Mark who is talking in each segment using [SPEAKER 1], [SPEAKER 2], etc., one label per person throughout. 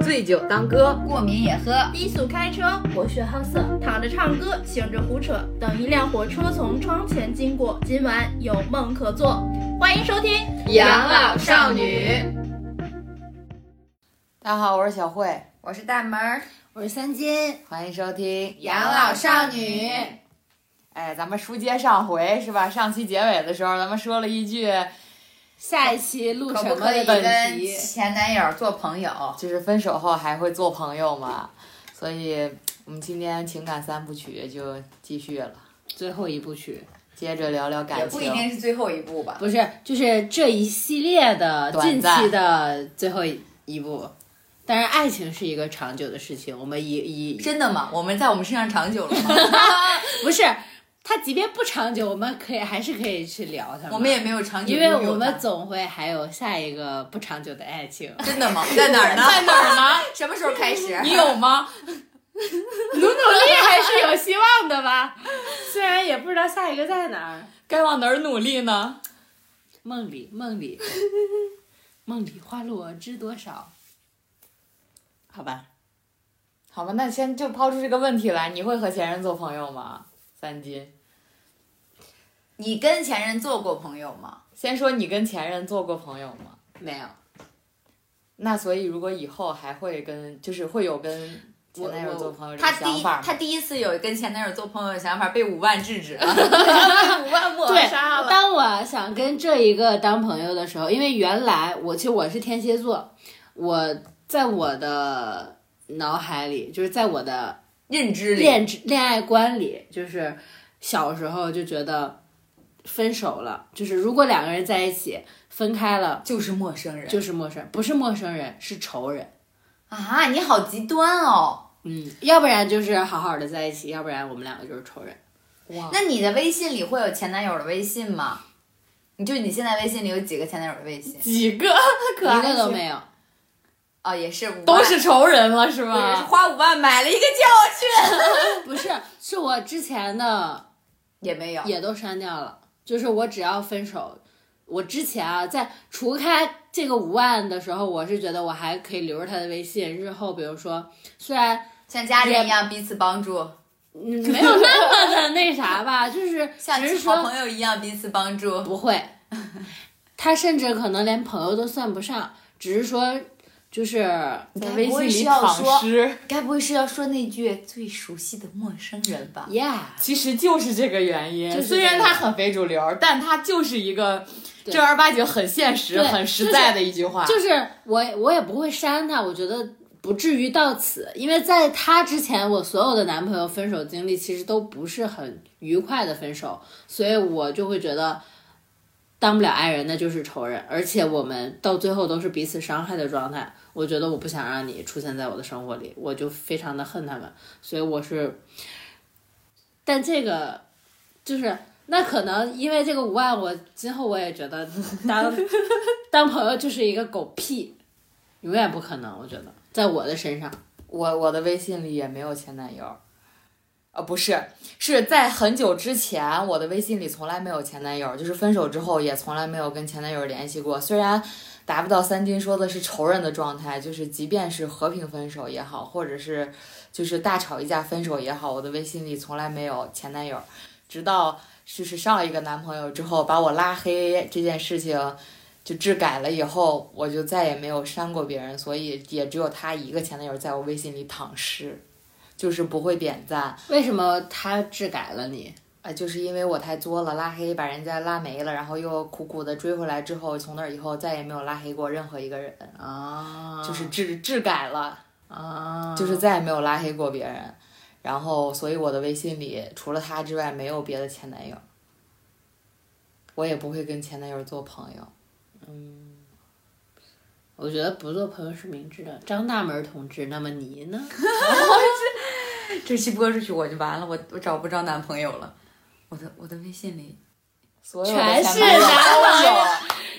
[SPEAKER 1] 醉酒当歌，
[SPEAKER 2] 过敏也喝。
[SPEAKER 3] 低速开车，博学好色，躺着唱歌，醒着胡扯。等一辆火车从窗前经过，今晚有梦可做。欢迎收听《
[SPEAKER 1] 养老少女》。
[SPEAKER 4] 大家好，我是小慧，
[SPEAKER 2] 我是大门儿，
[SPEAKER 5] 我是三金，
[SPEAKER 4] 欢迎收听。
[SPEAKER 2] 养老少女。
[SPEAKER 4] 哎，咱们书接上回是吧？上期结尾的时候，咱们说了一句，
[SPEAKER 5] 下一期录
[SPEAKER 2] 可
[SPEAKER 5] 什
[SPEAKER 2] 不
[SPEAKER 5] 么
[SPEAKER 2] 可以
[SPEAKER 5] 的
[SPEAKER 2] 跟
[SPEAKER 5] 问题？
[SPEAKER 2] 前男友做朋友？
[SPEAKER 4] 就是分手后还会做朋友嘛。所以我们今天情感三部曲就继续了，
[SPEAKER 5] 最后一部曲
[SPEAKER 4] 接着聊聊
[SPEAKER 2] 也
[SPEAKER 4] 感
[SPEAKER 2] 不
[SPEAKER 4] 情。
[SPEAKER 2] 一定是最后一步吧。
[SPEAKER 5] 不是，就是这一系列的
[SPEAKER 4] 短
[SPEAKER 5] 近
[SPEAKER 4] 暂
[SPEAKER 5] 期的最后一部。但是爱情是一个长久的事情，我们以以
[SPEAKER 2] 真的吗？我们在我们身上长久了吗？
[SPEAKER 5] 不是它，即便不长久，我们可以还是可以去聊它嘛。
[SPEAKER 2] 我们也没有长久
[SPEAKER 5] 因
[SPEAKER 2] 拥有
[SPEAKER 5] 为
[SPEAKER 2] 它，
[SPEAKER 5] 我们总会还有下一个不长久的爱 情。
[SPEAKER 2] 真的吗？在哪儿呢？在
[SPEAKER 4] 哪儿呢？
[SPEAKER 2] 什么时候开始？
[SPEAKER 4] 你有吗？
[SPEAKER 5] 努努力还是有希望的吧，虽然也不知道下一个在哪儿。
[SPEAKER 4] 该往哪儿努力呢？
[SPEAKER 5] 梦里，梦里，梦里花落知多少？好吧，
[SPEAKER 4] 好吧，那先就抛出这个问题来，你会和前任做朋友吗？三金，
[SPEAKER 2] 你跟前任做过朋友吗？
[SPEAKER 4] 先说你跟前任做过朋友吗？
[SPEAKER 5] 没有，
[SPEAKER 4] 那所以，如果以后还会跟，就是会有跟前男友做朋友这
[SPEAKER 2] 他
[SPEAKER 4] 个
[SPEAKER 2] 第
[SPEAKER 4] 想
[SPEAKER 2] 一
[SPEAKER 4] 法
[SPEAKER 2] 他
[SPEAKER 4] 吗？
[SPEAKER 2] 第一次有跟前男友做朋友的想法被五万制止了，被五万 抹
[SPEAKER 5] 对
[SPEAKER 2] 杀，了。
[SPEAKER 5] 当我想跟这一个当朋友的时候，因为原来我其实我是天蝎座，我在我的脑海里，就是在我的
[SPEAKER 2] 认知里，
[SPEAKER 5] 恋恋爱观里，就是小时候就觉得分手了，就是如果两个人在一起分开了，
[SPEAKER 2] 就是陌生人
[SPEAKER 5] 就是陌生人，不是陌生人是仇人。
[SPEAKER 2] 啊！你好极端哦。
[SPEAKER 5] 嗯，要不然就是好好的在一起，要不然我们两个就是仇人。
[SPEAKER 4] 哇，
[SPEAKER 2] 那你的微信里会有前男友的微信吗？你就你现在微信里有几个前男友的微信？
[SPEAKER 4] 几个可
[SPEAKER 5] 一
[SPEAKER 4] 爱
[SPEAKER 5] 个都没有，
[SPEAKER 2] 哦，也是五万，
[SPEAKER 4] 都是仇人了是
[SPEAKER 2] 我也是
[SPEAKER 4] 吗？
[SPEAKER 2] 花五万买了一个教训，
[SPEAKER 5] 不是，是我之前的
[SPEAKER 2] 也没有。
[SPEAKER 5] 也都删掉了。就是我只要分手，我之前啊，在除开这个五万的时候，我是觉得我还可以留着他的微信，日后比如说虽然
[SPEAKER 2] 像家人一样彼此帮助，
[SPEAKER 5] 嗯没有那么的那啥 吧，就是
[SPEAKER 2] 像
[SPEAKER 5] 只是
[SPEAKER 2] 好
[SPEAKER 5] 说
[SPEAKER 2] 朋友一样彼此帮助。
[SPEAKER 5] 不会， 他甚至可能连朋友都算不上，只是说就是
[SPEAKER 4] 在
[SPEAKER 2] 该
[SPEAKER 4] 微
[SPEAKER 2] 不会
[SPEAKER 4] 信
[SPEAKER 2] 是
[SPEAKER 4] 里
[SPEAKER 2] 要
[SPEAKER 4] 躺
[SPEAKER 2] 说
[SPEAKER 4] 尸，
[SPEAKER 2] 该不会是要说那句最熟悉的陌生人吧？
[SPEAKER 5] yeah。
[SPEAKER 4] 其实就是这个原因。
[SPEAKER 5] 就是这个
[SPEAKER 4] 虽然他很非主流，但他就是一个
[SPEAKER 5] 对
[SPEAKER 4] 正儿八经、很现实、
[SPEAKER 5] 对
[SPEAKER 4] 很实在的一句话。
[SPEAKER 5] 就是我我也不会删他，我觉得不至于到此，因为在他之前，我所有的男朋友分手经历其实都不是很愉快的分手，所以我就会觉得。当不了爱人，那就是仇人，而且我们到最后都是彼此伤害的状态。我觉得我不想让你出现在我的生活里，我就非常的恨他们，所以我是，但这个就是那可能因为这个五万，我今后我也觉得当当朋友就是一个狗屁，永远不可能，我觉得在我的身上，
[SPEAKER 4] 我我的微信里也没有前男友，呃，不是，是在很久之前，我的微信里从来没有前男友，就是分手之后也从来没有跟前男友联系过。虽然达不到三金说的是仇人的状态，就是即便是和平分手也好，或者是就是大吵一架分手也好，我的微信里从来没有前男友，直到就是上一个男朋友之后把我拉黑这件事情。就治改了以后，我就再也没有删过别人，所以也只有他一个前男友在我微信里躺尸，就是不会点赞，
[SPEAKER 5] 为什么他治改了你？
[SPEAKER 4] 啊，就是因为我太作了，拉黑把人家拉没了，然后又苦苦的追回来之后，从那以后再也没有拉黑过任何一个人，
[SPEAKER 5] 啊
[SPEAKER 4] 就是治治改了，
[SPEAKER 5] 啊，
[SPEAKER 4] 就是再也没有拉黑过别人，然后所以我的微信里除了他之外没有别的前男友，我也不会跟前男友做朋友。
[SPEAKER 5] 我觉得不做朋友是明智的。张大门同志，那么你呢？
[SPEAKER 2] 这期播出去我就完了，我我找不着男朋友了。我的我的微信里
[SPEAKER 4] 所有的
[SPEAKER 5] 全
[SPEAKER 4] 前
[SPEAKER 5] 是
[SPEAKER 4] 男友
[SPEAKER 5] 男
[SPEAKER 4] 都
[SPEAKER 5] 朋友
[SPEAKER 4] 有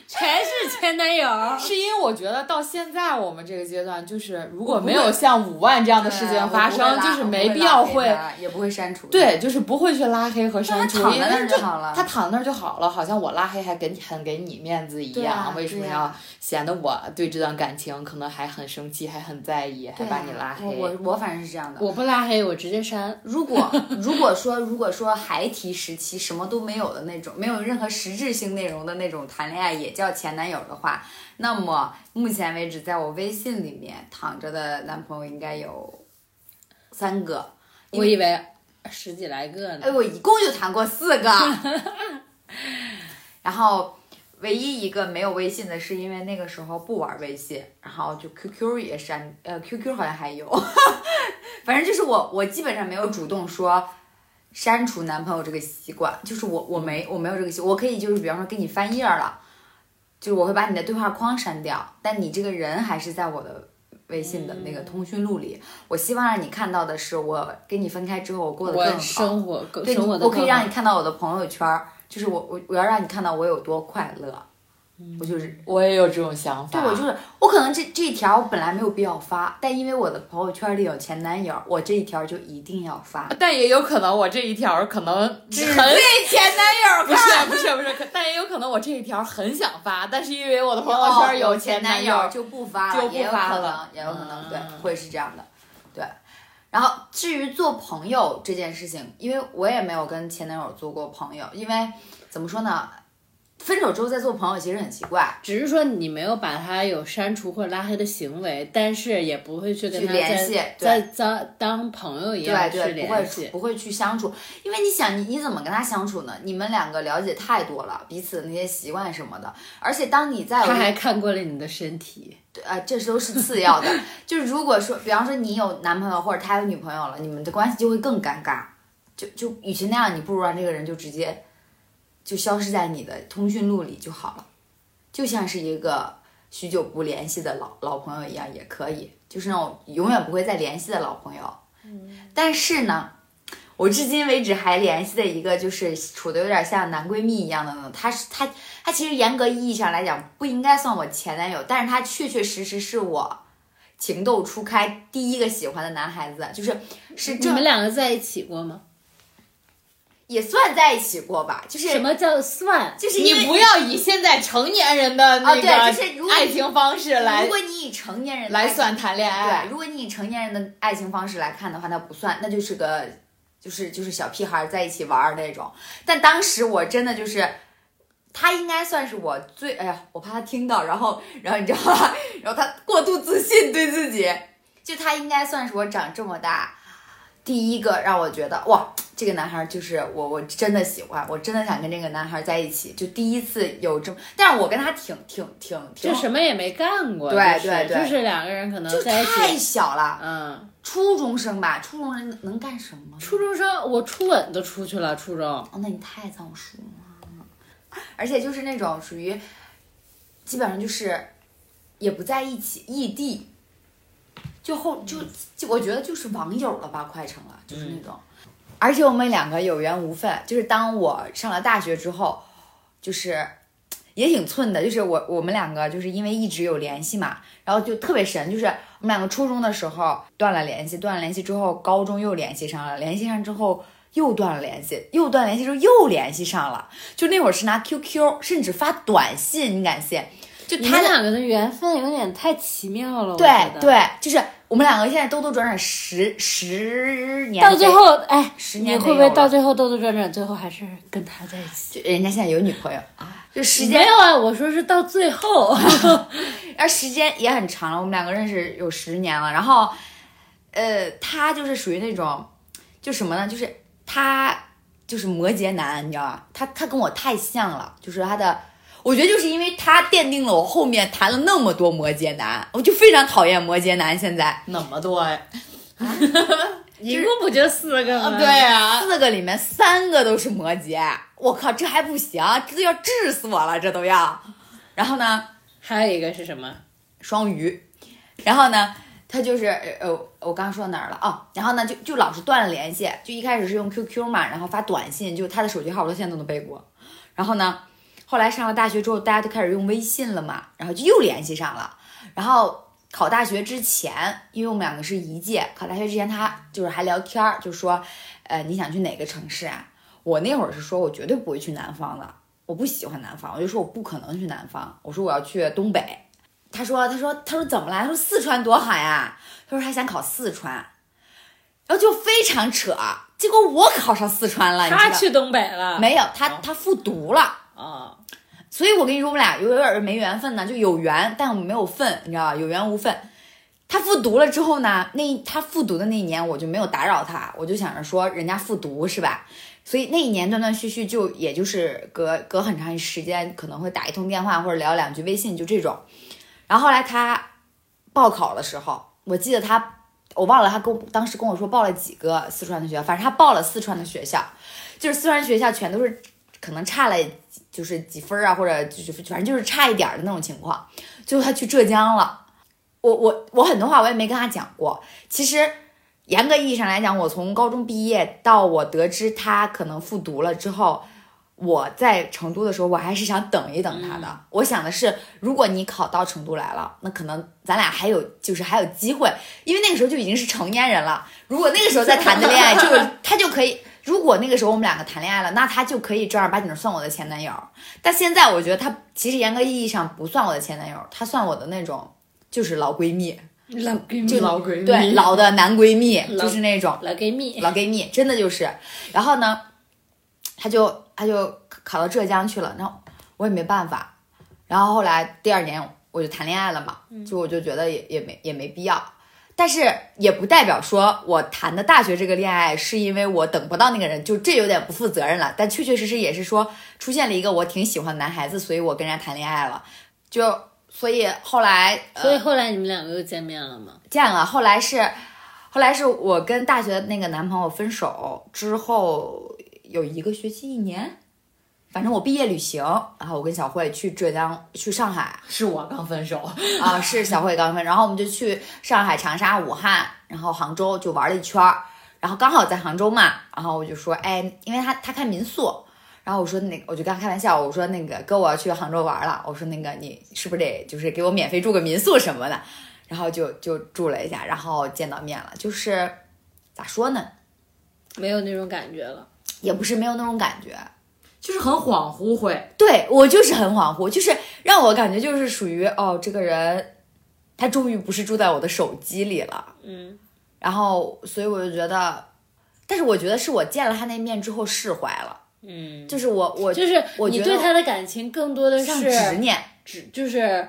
[SPEAKER 5] 全是前前男友。
[SPEAKER 4] 是因为我觉得到现在我们这个阶段，就是如果没有像五万这样的事
[SPEAKER 2] 呃
[SPEAKER 4] 情发生，就是没必要
[SPEAKER 2] 会
[SPEAKER 4] 会。，
[SPEAKER 2] 也不会删除。，
[SPEAKER 4] 对，就是不会去拉黑和
[SPEAKER 2] 他
[SPEAKER 4] 删除，
[SPEAKER 2] 躺
[SPEAKER 4] 因
[SPEAKER 2] 在那
[SPEAKER 4] 为
[SPEAKER 2] 儿
[SPEAKER 4] 就
[SPEAKER 2] 就好了。
[SPEAKER 4] 他躺那儿就好了，好像我拉黑还给你很给你面子一
[SPEAKER 2] 对
[SPEAKER 4] 样，
[SPEAKER 2] 啊
[SPEAKER 4] 为什么
[SPEAKER 2] 对
[SPEAKER 4] 要
[SPEAKER 2] 啊
[SPEAKER 4] 显得我对这段感情可能还很生气，还很在意，还
[SPEAKER 2] 对
[SPEAKER 4] 把
[SPEAKER 2] 啊
[SPEAKER 4] 你拉黑？
[SPEAKER 2] 我我我反正是这样的。
[SPEAKER 5] 我不拉黑，我直接删。
[SPEAKER 2] 如果 如果说如果说孩提时期什么都没有的那种，没有任何实质性内容的那种谈恋爱也叫前男友的话，那么目前为止，在我微信里面躺着的男朋友应该有三个，因
[SPEAKER 5] 我
[SPEAKER 2] 为
[SPEAKER 5] 以为十几来个
[SPEAKER 2] 哎，
[SPEAKER 5] 呢。
[SPEAKER 2] 我一共就谈过四 个，然后唯一一个没有微信的是因为那个时候不玩微信，然后就 QQ 也删，呃，QQ 好像还有， 反正就是我我基本上没有主动说。删除男朋友这个习惯，就是我我
[SPEAKER 5] 嗯
[SPEAKER 2] 没我没有这个习，我可以就是比方说给你翻页儿了，就是我会把你的对话框删掉，但你这个人还是在我的微信的那
[SPEAKER 5] 嗯
[SPEAKER 2] 个通讯录里。我希望让你看到的是，我跟你分开之呃后我过得更好。
[SPEAKER 5] 我生活更
[SPEAKER 2] 对，
[SPEAKER 5] 生活的
[SPEAKER 2] 我可以
[SPEAKER 5] 更好
[SPEAKER 2] 让你看到我的朋友圈儿，就是我我我要让你看到我有多快乐，我就是。
[SPEAKER 4] 我也有这种想法。
[SPEAKER 2] 嗯对，我就是我可能这这一条本来没有必要发，但因为我的朋友圈里有前男友，我这一条就一定要 发。
[SPEAKER 4] 但也有可能我这一条可 能只很
[SPEAKER 2] 前男友
[SPEAKER 4] 不是不是不是，可但也有可能我这一条很想发，但是因为我的朋友圈
[SPEAKER 2] 有
[SPEAKER 4] 前
[SPEAKER 2] 哦男
[SPEAKER 4] 友，
[SPEAKER 2] 就不发了，
[SPEAKER 4] 就不
[SPEAKER 2] 也有
[SPEAKER 4] 发
[SPEAKER 2] 可能
[SPEAKER 4] 了，
[SPEAKER 2] 也有可能，对
[SPEAKER 4] 嗯，
[SPEAKER 2] 会是这样的，对。然后至于做朋友这件事情，因为我也没有跟前男友做过朋友，因为怎么说呢，分手之后再做朋友其实很奇怪，
[SPEAKER 5] 只是说你没有把他有删除或拉黑的行为，但是也不会去跟
[SPEAKER 2] 去
[SPEAKER 5] 他
[SPEAKER 2] 联
[SPEAKER 5] 再
[SPEAKER 2] 系
[SPEAKER 5] 再当当朋友一样
[SPEAKER 2] 对
[SPEAKER 5] 去
[SPEAKER 2] 对，不会
[SPEAKER 5] 联
[SPEAKER 2] 处
[SPEAKER 5] 系。
[SPEAKER 2] 不会去相处，因为你想你你怎么跟他相处呢？你们两个了解太多了，彼此的那些习惯什么的，而且当你在
[SPEAKER 5] 他还看过了你的身体，
[SPEAKER 2] 呃，这都是次要的。 就是如果说，比方说你有男朋友或者他有女朋友了，你们的关系就会更尴尬。就就与其那样，你不如让这个人就直接就消失在你的通讯录里就好了，就像是一个许久不联系的老老朋友一样也可以，就是那种永远不会再联系的老朋友。
[SPEAKER 5] 嗯
[SPEAKER 2] 但是呢，我至今为止还联系的一个就是处的有点像男闺蜜一样的呢，他是他他其实严格意义上来讲不应该算我前男友，但是他确确实实是我情窦初开第一个喜欢的男孩子，就是是
[SPEAKER 5] 你
[SPEAKER 2] 这
[SPEAKER 5] 们两个在一起过吗？
[SPEAKER 2] 也算在一起过吧，就是
[SPEAKER 5] 什么叫算？
[SPEAKER 2] 就是因为
[SPEAKER 4] 你不要以现在成年人的那个
[SPEAKER 2] 啊对就是如果
[SPEAKER 4] 爱情方式来
[SPEAKER 2] 如果你以成年人的爱
[SPEAKER 4] 来
[SPEAKER 2] 情
[SPEAKER 4] 算谈恋爱
[SPEAKER 2] 对，，如果你以成年人的爱情方式来看的话，那不算，那就是个就是就是小屁孩儿在一起玩儿那种。但当时我真的就是，他应该算是我最哎呀，我怕他听到，然后然后你知道吧， 然后他过度自信对自己，就他应该算是我长这么大第一个让我觉得哇。这个男孩儿就是我，我真的喜欢，我真的想跟这个男孩儿在一起，就第一次有这么，但是我跟他挺挺挺挺
[SPEAKER 5] 就，什么也没干过，
[SPEAKER 2] 对
[SPEAKER 5] 就是
[SPEAKER 2] 对对
[SPEAKER 5] 就是两个人可
[SPEAKER 2] 就
[SPEAKER 5] 能在一
[SPEAKER 2] 太
[SPEAKER 5] 起，
[SPEAKER 2] 小了，
[SPEAKER 5] 嗯，
[SPEAKER 2] 初中生吧，初中生能干什么？
[SPEAKER 5] 初中生我初吻都出去了，初中
[SPEAKER 2] 哦，那你太早熟了，而且就是那种属于，基本上就是也不在一起，异地，就后就就我觉得就是网友了吧，快成了，
[SPEAKER 5] 嗯
[SPEAKER 2] 就是那种。而且我们两个有缘无分，就是当我上了大学之后，就是也挺寸的，就是我我们两个就是因为一直有联系嘛，然后就特别神，就是我们两个初中的时候断了联系，断了联系之后，高中又联系上了，联系上之后又断了联系，又断了联系之后又联系上了，就那会儿是拿 QQ，甚至发短信，你敢信？就
[SPEAKER 5] 你
[SPEAKER 2] 他
[SPEAKER 5] 们
[SPEAKER 2] 俩
[SPEAKER 5] 两个的缘分有点太奇妙了，我
[SPEAKER 2] 对
[SPEAKER 5] 觉得，
[SPEAKER 2] 对，就是我们两个现在兜兜转转十十年，
[SPEAKER 5] 到最后哎，
[SPEAKER 2] 十
[SPEAKER 5] 你
[SPEAKER 2] 年
[SPEAKER 5] 会不
[SPEAKER 2] 没有
[SPEAKER 5] 会
[SPEAKER 2] 了
[SPEAKER 5] 到最后兜兜转转，最后还是跟他在一起？
[SPEAKER 2] 就人家现在有女朋友啊，就时间
[SPEAKER 5] 没有啊，我说是到 最后，
[SPEAKER 2] 而时间也很长了，我们两个认识有十年了。然后，呃，他就是属于那种，就什么呢？就是他就是摩羯男，你知道吧？他他跟我太像了，就是他的，我觉得就是因为他奠定了我后面谈了那么多摩羯男，我就非常讨厌摩羯男。现在
[SPEAKER 4] 那么多
[SPEAKER 2] 哎
[SPEAKER 4] 呀？
[SPEAKER 5] 一共不就四个
[SPEAKER 2] 啊
[SPEAKER 5] 吗？
[SPEAKER 4] 对呀、
[SPEAKER 2] 四个里面三个都是摩羯，我靠，这还不行，这都要治死我了，这都要。然后呢？
[SPEAKER 5] 还有一个是什么？
[SPEAKER 2] 双鱼，然后呢，他就是呃，呃我刚刚说到哪儿了哦？然后呢，就就老是断了联系，就一开始是用 QQ 嘛，然后发短信，就他的手机号我到现在都能背过。然后呢，后来上了大学之后，大家都开始用微信了嘛，然后就又联系上了。然后考大学之前，因为我们两个是一届，考大学之前他就是还聊天儿，就说，呃，你想去哪个城市啊？我那会儿是说我绝对不会去南方的，我不喜欢南方，我就说我不可能去南方，我说我要去东北。他说，他说，他说怎么了？他说四川多好呀，他说他想考四川，然后就非常扯。结果我考上四川了，你知道
[SPEAKER 5] 他
[SPEAKER 2] 吗
[SPEAKER 5] 去东北了，
[SPEAKER 2] 没有，他他复读了。
[SPEAKER 5] 啊，
[SPEAKER 2] 所以我跟你说，我们俩有有点没缘分呢，就有缘，但我们没有份，你知道吧？有缘无分。他复读了之后呢，那他复读的那一年，我就没有打扰他，我就想着说人家复读是吧？所以那一年断断续续就也就是隔隔很长时间，可能会打一通电话或者聊两句微信，就这种。然后后来他报考的时候，我记得他，我忘了他跟我当时跟我说报了几个四川的学校，反正他报了四川的学校，就是四川学校全都是可能差了就是几分儿啊，或者就是反正就是差一点儿的那种情况。最后他去浙江了，我我我很多话我也没跟他讲过。其实严格意义上来讲，我从高中毕业到我得知他可能复读了之后。我在成都的时候，我还是想等一等他的。我想的是，如果你考到成都来了，那可能咱俩还有就是还有机会，因为那个时候就已经是成年人了。如果那个时候再谈的恋爱，就他就可以。如果那个时候我们两个谈恋爱了，那他就可以正儿八经的算我的前男友。但现在我觉得他其实严格意义上不算我的前男友，他算我的那种就是老闺蜜，
[SPEAKER 5] 老闺
[SPEAKER 4] 就
[SPEAKER 5] 蜜，
[SPEAKER 4] 老闺蜜，
[SPEAKER 2] 对老的男闺蜜，
[SPEAKER 5] 老
[SPEAKER 2] 就是那种
[SPEAKER 5] 老闺蜜，
[SPEAKER 2] 老闺蜜，真的就是。然后呢，他就他就考到浙江去了，然后我也没办法。然后后来第二年我就谈恋爱了嘛，
[SPEAKER 5] 嗯
[SPEAKER 2] 就我就觉得也也没也没必要。但是也不代表说我谈的大学这个恋爱是因为我等不到那个人，就这有点不负责任了。但确确实实也是说出现了一个我挺喜欢的男孩子，所以我跟人家谈恋爱了。就所以后来，呃、
[SPEAKER 5] 所以后来你们两个又见面了吗？
[SPEAKER 2] 见了，后来是，后来是我跟大学那个男朋友分手之后有一个学期一年，反正我毕业旅行，然后我跟小慧去浙江去上海
[SPEAKER 4] 是我刚分手，
[SPEAKER 2] 啊，是小慧刚分，然后我们就去上海、长沙、武汉，然后杭州就玩了一圈儿，然后刚好在杭州嘛，然后我就说，哎，因为他他开民宿。然后我说那个，我就跟他开玩笑，我说那个哥，我要去杭州玩了。我说那个你是不是得就是给我免费住个民宿什么的？然后就就住了一下，然后见到面了，就是咋说呢，
[SPEAKER 5] 没有那种感觉了。
[SPEAKER 2] 也不是没有那种感觉。
[SPEAKER 4] 就是很恍惚会，
[SPEAKER 2] 对我就是很恍惚，就是让我感觉就是属于哦，这个人他终于不是住在我的手机里了，
[SPEAKER 5] 嗯，
[SPEAKER 2] 然后所以我就觉得，但是我觉得是我见了他那面之后释怀了，
[SPEAKER 5] 嗯，
[SPEAKER 2] 就是我我
[SPEAKER 5] 就是
[SPEAKER 2] 我
[SPEAKER 5] 你
[SPEAKER 2] 觉
[SPEAKER 5] 对
[SPEAKER 2] 得
[SPEAKER 5] 他的感情更多的
[SPEAKER 2] 像
[SPEAKER 5] 是
[SPEAKER 2] 执念，
[SPEAKER 5] 只就是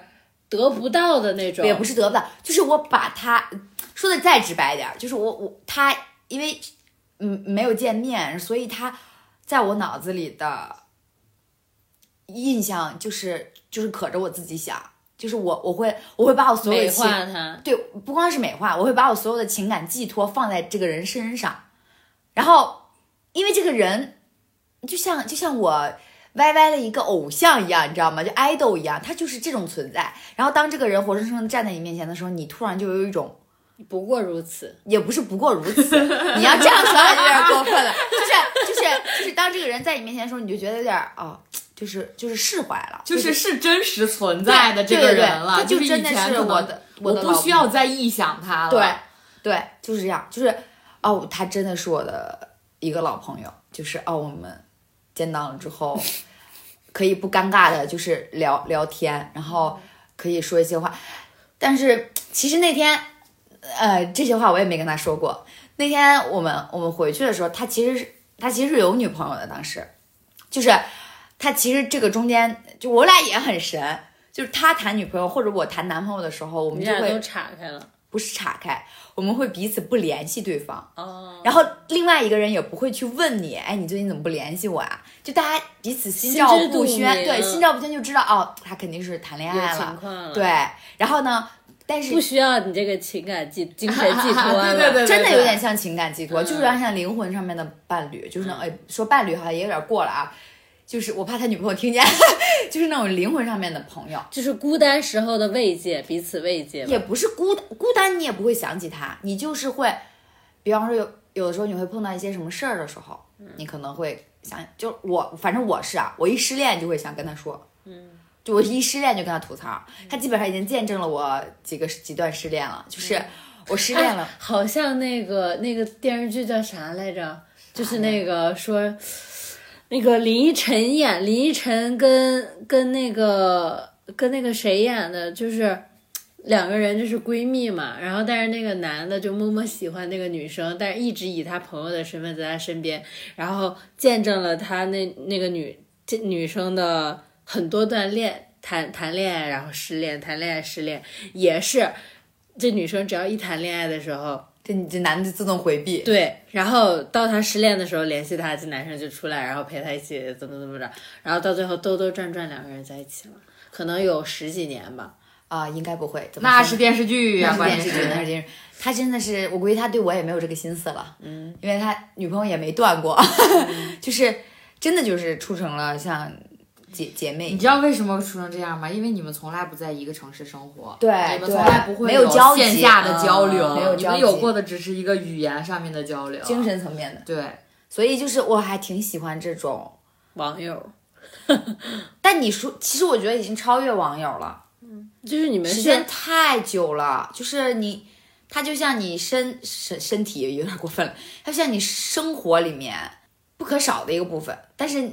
[SPEAKER 5] 得不到的那种，
[SPEAKER 2] 也不是得不到，就是我把他说的再直白一点儿，就是我我他因为嗯没有见面，所以他在我脑子里的印象就是就是可着我自己想，就是我我会我会把我所有
[SPEAKER 5] 美
[SPEAKER 2] 的情
[SPEAKER 5] 化他。
[SPEAKER 2] 对，不光是美化，我会把我所有的情感寄托放在这个人身上，然后因为这个人就像就像我。歪歪的一个偶像一样，你知道吗？就爱豆一样，他就是这种存在。然后当这个人活生生的站在你面前的时候，你突然就有一种，
[SPEAKER 5] 不过如此，
[SPEAKER 2] 也不是不过如此，你要这样说有点过分了。就是就是就是，当这个人在你面前的时候，你就觉得有点啊、哦就是就是释怀了，
[SPEAKER 4] 就是是真实存在的这个人了，
[SPEAKER 2] 对
[SPEAKER 4] 是
[SPEAKER 2] 对对他真
[SPEAKER 4] 以
[SPEAKER 2] 的
[SPEAKER 4] 前
[SPEAKER 2] 是
[SPEAKER 4] 可
[SPEAKER 2] 我
[SPEAKER 4] 能
[SPEAKER 2] 的，我
[SPEAKER 4] 我
[SPEAKER 2] 的
[SPEAKER 4] 不
[SPEAKER 2] 老
[SPEAKER 4] 需
[SPEAKER 2] 公
[SPEAKER 4] 要再臆想他了，
[SPEAKER 2] 对，对，就是这样，就是哦，他真的是我的一个老朋友，就是哦，我们见到了之 后，可以不尴尬的，就是聊聊天，然后可以说一些话，但是其实那天，呃，这些话我也没跟他说过。那天我们我们回去的时候，他其实是他其实是有女朋友的，当时就是他其实这个中间就我俩也很神。就是他谈女朋友或者我谈男朋友的时候，我们
[SPEAKER 5] 你
[SPEAKER 2] 就
[SPEAKER 5] 俩
[SPEAKER 2] 会
[SPEAKER 5] 都岔开了。
[SPEAKER 2] 不是岔开，我们会彼此不联系对方，
[SPEAKER 5] 哦，
[SPEAKER 2] 然后另外一个人也不会去问你，哎，你最近怎么不联系我啊？就大家彼此心照
[SPEAKER 5] 心知肚
[SPEAKER 2] 不宣，
[SPEAKER 5] 明
[SPEAKER 2] 对，心照不宣就知道哦，他肯定是谈恋
[SPEAKER 5] 有
[SPEAKER 2] 爱
[SPEAKER 5] 情
[SPEAKER 2] 了，
[SPEAKER 5] 况了，
[SPEAKER 2] 对，。然后呢，但是
[SPEAKER 5] 不需要你这个情感寄精神寄托 了，
[SPEAKER 4] 对对对
[SPEAKER 2] 真的有点像情感寄托，
[SPEAKER 5] 嗯
[SPEAKER 2] 就是有点像灵魂上面的伴侣，就是那种哎，说伴侣好像也有点过了啊，就是我怕他女朋友听见， 就是那种灵魂上面的朋友。
[SPEAKER 5] 就是孤单时候的慰藉，彼此慰藉吧。
[SPEAKER 2] 也不是孤单，孤单你也不会想起他，你就是会，比方说有有的时候你会碰到一些什么事儿的时候，你可能会想就我，反正我是啊，我一失恋就会想跟他说，嗯，就我一失恋就跟他吐槽，他基本上已经见证了我几个几段失恋了，就是我失恋了，
[SPEAKER 5] 哎好像那个那个电视剧叫啥来着？就是那个说，那个林依晨演，林依晨跟跟那个跟那个谁演的，就是两个人就是闺蜜嘛。然后但是那个男的就默默喜欢那个女生，但是一直以他朋友的身份在他身边，然后见证了他那那个女这女生的很多段恋谈谈恋爱，然后失恋，谈恋爱失恋，也是这女生只要一谈恋爱的时候。
[SPEAKER 2] 这你这男的就自动回避，
[SPEAKER 5] 对，然后到她失恋的时候联系她，这男生就出来，然后陪她一起怎么怎么着，然后到最后兜兜转转两个人在一起了，可能有十几年吧。
[SPEAKER 2] 啊、应该不会，怎么
[SPEAKER 4] 那
[SPEAKER 2] 说
[SPEAKER 4] 是
[SPEAKER 2] 呢
[SPEAKER 4] 电视剧呀、关
[SPEAKER 2] 电
[SPEAKER 4] 键
[SPEAKER 2] 视剧，那是
[SPEAKER 4] 是
[SPEAKER 2] 电视剧。他真的是，我估计他对我也没有这个心思了，嗯，因为他女朋友也没断过，
[SPEAKER 4] 嗯
[SPEAKER 2] 就是真的就是处成了像姐姐妹
[SPEAKER 4] 你，知道为什么出成这样吗？因为你们从来不在一个城市生活，
[SPEAKER 2] 对
[SPEAKER 4] 你们
[SPEAKER 2] 对
[SPEAKER 4] 从来不会
[SPEAKER 2] 没有交集
[SPEAKER 4] 线下的交流，
[SPEAKER 2] 嗯没有
[SPEAKER 4] 你
[SPEAKER 2] 交
[SPEAKER 4] 们
[SPEAKER 2] 集
[SPEAKER 4] 有过的只是一个语言上面的交流，
[SPEAKER 2] 精神层面的，
[SPEAKER 4] 对。
[SPEAKER 2] 所以就是我还挺喜欢这种。
[SPEAKER 5] 网友，
[SPEAKER 2] 但你说，其实我觉得已经超越网友了，
[SPEAKER 5] 就是你们
[SPEAKER 2] 时
[SPEAKER 5] 是
[SPEAKER 2] 间太久了，就是你，它就像你身身身体有点过分了，它像你生活里面不可少的一个部分，但是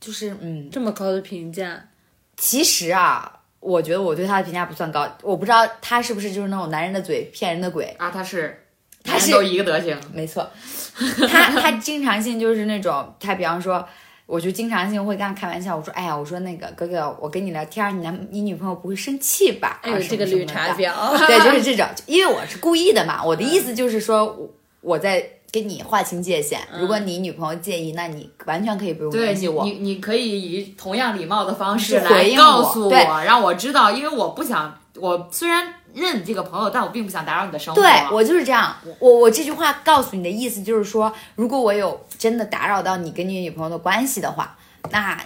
[SPEAKER 2] 就是嗯，
[SPEAKER 5] 这么高的评价，
[SPEAKER 2] 其实啊，我觉得我对他的评价不算高，我不知道他是不是就是那种男人的嘴骗人的鬼。
[SPEAKER 4] 啊，他是，
[SPEAKER 2] 他是
[SPEAKER 4] 男人都一个德行，
[SPEAKER 2] 没错， 他他经常性就是那种，他比方说，我就经常性会跟他开玩笑，我说，哎呀，我说那个哥哥，我跟你聊天，你男你女朋友不会生气吧？
[SPEAKER 5] 哎
[SPEAKER 2] 啊
[SPEAKER 5] 呦，
[SPEAKER 2] 什么
[SPEAKER 5] 这个
[SPEAKER 2] 什么
[SPEAKER 5] 绿
[SPEAKER 2] 的
[SPEAKER 5] 茶婊，
[SPEAKER 2] 对，就是这种，因为我是故意的嘛，我的意思就是说，我我在跟你划清界限，如
[SPEAKER 5] 嗯
[SPEAKER 2] 果你女朋友介意，那你完全可以不用
[SPEAKER 4] 对
[SPEAKER 2] 联
[SPEAKER 4] 你
[SPEAKER 2] 系我，
[SPEAKER 4] 你你可以以同样礼貌的方式
[SPEAKER 2] 是回
[SPEAKER 4] 来
[SPEAKER 2] 应
[SPEAKER 4] 告
[SPEAKER 2] 我
[SPEAKER 4] 诉
[SPEAKER 2] 对
[SPEAKER 4] 让我知道，因为我不想，我虽然认你这个朋友，但我并不想打扰你的生活。
[SPEAKER 2] 对
[SPEAKER 5] 哦
[SPEAKER 2] 我就是这样，我我这句话告诉你的意思就是说，如果我有真的打扰到你跟你女朋友的关系的话，那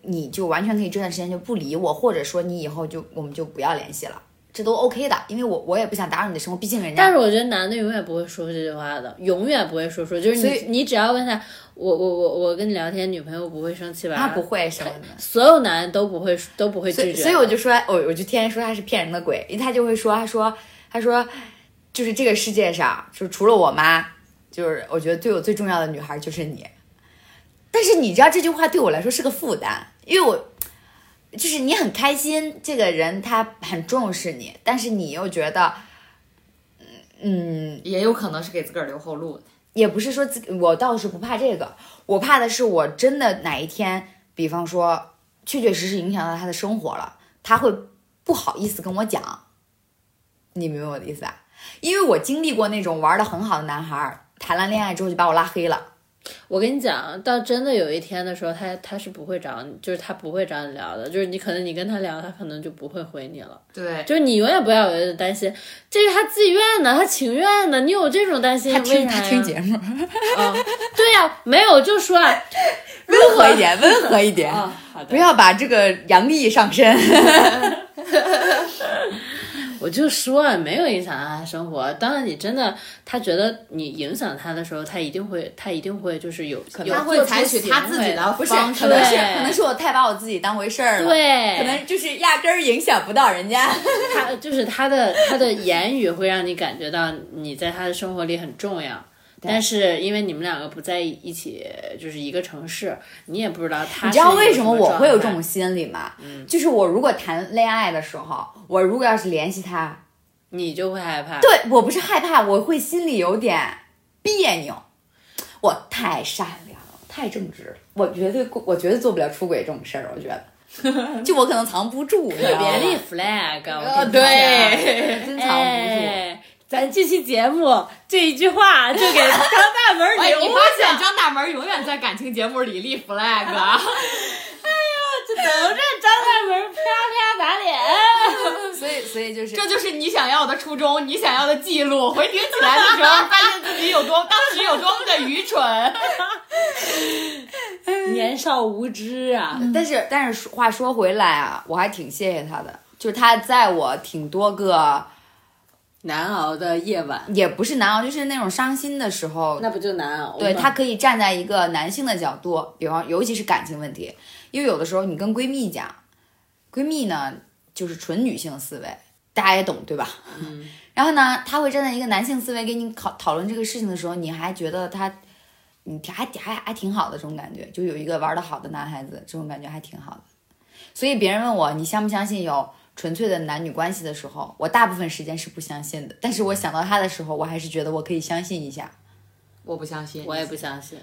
[SPEAKER 2] 你就完全可以这段时间就不理我，或者说你以后就我们就不要联系了，这都 OK 的，因为我我也不想打扰你的生活，毕竟人
[SPEAKER 5] 但
[SPEAKER 2] 家
[SPEAKER 5] 是我觉得男的永远不会说出这句话的，永远不会说出，就是
[SPEAKER 2] 所
[SPEAKER 5] 你
[SPEAKER 2] 以
[SPEAKER 5] 你只要问他，我我我我跟你聊天，女朋友不会生气吧？
[SPEAKER 2] 他不，会什么的。
[SPEAKER 5] 所有男人都不会都不会
[SPEAKER 2] 所
[SPEAKER 5] 拒
[SPEAKER 2] 以
[SPEAKER 5] 绝，
[SPEAKER 2] 所以我就说，哦我我就天天说他是骗人的鬼，因为他就会说，他说他说，就是这个世界上，就是除了我妈，就是我觉得对我最重要的女孩就是你。但是你知道这句话对我来说是个负担，因为我就是你很开心，这个人他很重视你，但是你又觉得，嗯嗯，
[SPEAKER 4] 也有可能是给自个儿留后路的。
[SPEAKER 2] 也不是说自我倒是不怕这个，我怕的是我真的哪一天，比方说确确实实影响到他的生活了，他会不好意思跟我讲。你明白我的意思吧？因为我经历过那种玩的很好的男孩儿，谈了恋爱之后就把我拉黑了。
[SPEAKER 5] 我跟你讲，到真的有一天的时候，他他是不会找你，就是他不会找你聊的，就是你可能你跟他聊，他可能就不会回你了。
[SPEAKER 4] 对，
[SPEAKER 5] 就是你永远不要有一种担心，这是他自愿的，他情愿的，你有这种担心，
[SPEAKER 2] 他听
[SPEAKER 5] 为啥
[SPEAKER 2] 他
[SPEAKER 5] 呀
[SPEAKER 2] 听节目，
[SPEAKER 5] 啊、对呀、没有就说啊，
[SPEAKER 2] 温和一点，温和一点，
[SPEAKER 5] 啊好 的
[SPEAKER 2] 不要把这个阳历上身。
[SPEAKER 5] 我就说啊没有影响到他生活。当然，你真的他觉得你影响他的时候，他一定会，他一定会就是有有
[SPEAKER 4] 他会
[SPEAKER 5] 做出
[SPEAKER 4] 采取他
[SPEAKER 5] 行
[SPEAKER 4] 自己
[SPEAKER 5] 为
[SPEAKER 4] 的
[SPEAKER 2] 不是，
[SPEAKER 4] 方式，
[SPEAKER 2] 可能是
[SPEAKER 5] 对
[SPEAKER 2] 可能是我太把我自己当回事儿了，，
[SPEAKER 5] 对，
[SPEAKER 2] 可能就是压根儿影响不到人家。
[SPEAKER 5] 他就是他的他的言语会让你感觉到你在他的生活里很重要，但是因为你们两个不在一起，就是一个城市，你也不知道他。
[SPEAKER 2] 你知道为什么我会有这种？心理吗？就是我如果谈恋爱的时候，我如果要是联系他，
[SPEAKER 5] 你就会害怕。
[SPEAKER 2] 对我不是害怕，我会心里有点别扭。我太善良了，太正直了，我绝对我绝对做不了出轨这种事儿，我觉得，就我可能藏不住，你知
[SPEAKER 5] 特
[SPEAKER 2] 道吗
[SPEAKER 5] 别 立 flag，我
[SPEAKER 2] 哦呃
[SPEAKER 5] 跟你讲，
[SPEAKER 2] 对， 真藏不住。
[SPEAKER 5] 哎，咱这期节目这一句话就给张大门
[SPEAKER 4] 哎，你
[SPEAKER 5] 留
[SPEAKER 4] 发现张大门永远在感情节目里立 flag，啊
[SPEAKER 5] 就等着张大门啪啪打脸。
[SPEAKER 2] 所以所以就是
[SPEAKER 4] 这就是你想要的初衷，你想要的记录。回听起来的时候， 发现自己有多当时有多么的愚蠢。
[SPEAKER 5] 年少无知啊，
[SPEAKER 2] 但是但是说话说回来啊，我还挺谢谢他的，就是他在我挺多个
[SPEAKER 5] 难熬的夜晚，
[SPEAKER 2] 也不是难熬，就是那种伤心的时候，
[SPEAKER 5] 那不就难熬吗？
[SPEAKER 2] 对他可以站在一个男性的角度，比方尤其是感情问题，因为有的时候你跟闺蜜讲，闺蜜呢就是纯女性思维，大家也懂对吧？
[SPEAKER 4] 嗯。
[SPEAKER 2] 然后呢，他会站在一个男性思维给你讨讨论这个事情的时候，你还觉得他，你还还还挺好的这种感觉，就有一个玩的好的男孩子，这种感觉还挺好的。所以别人问我你相不相信有纯粹的男女关系的时候，我大部分时间是不相信的。但是我想到他的时候，我还是觉得我可以相信一下。
[SPEAKER 4] 我不相信，
[SPEAKER 5] 我也不相信。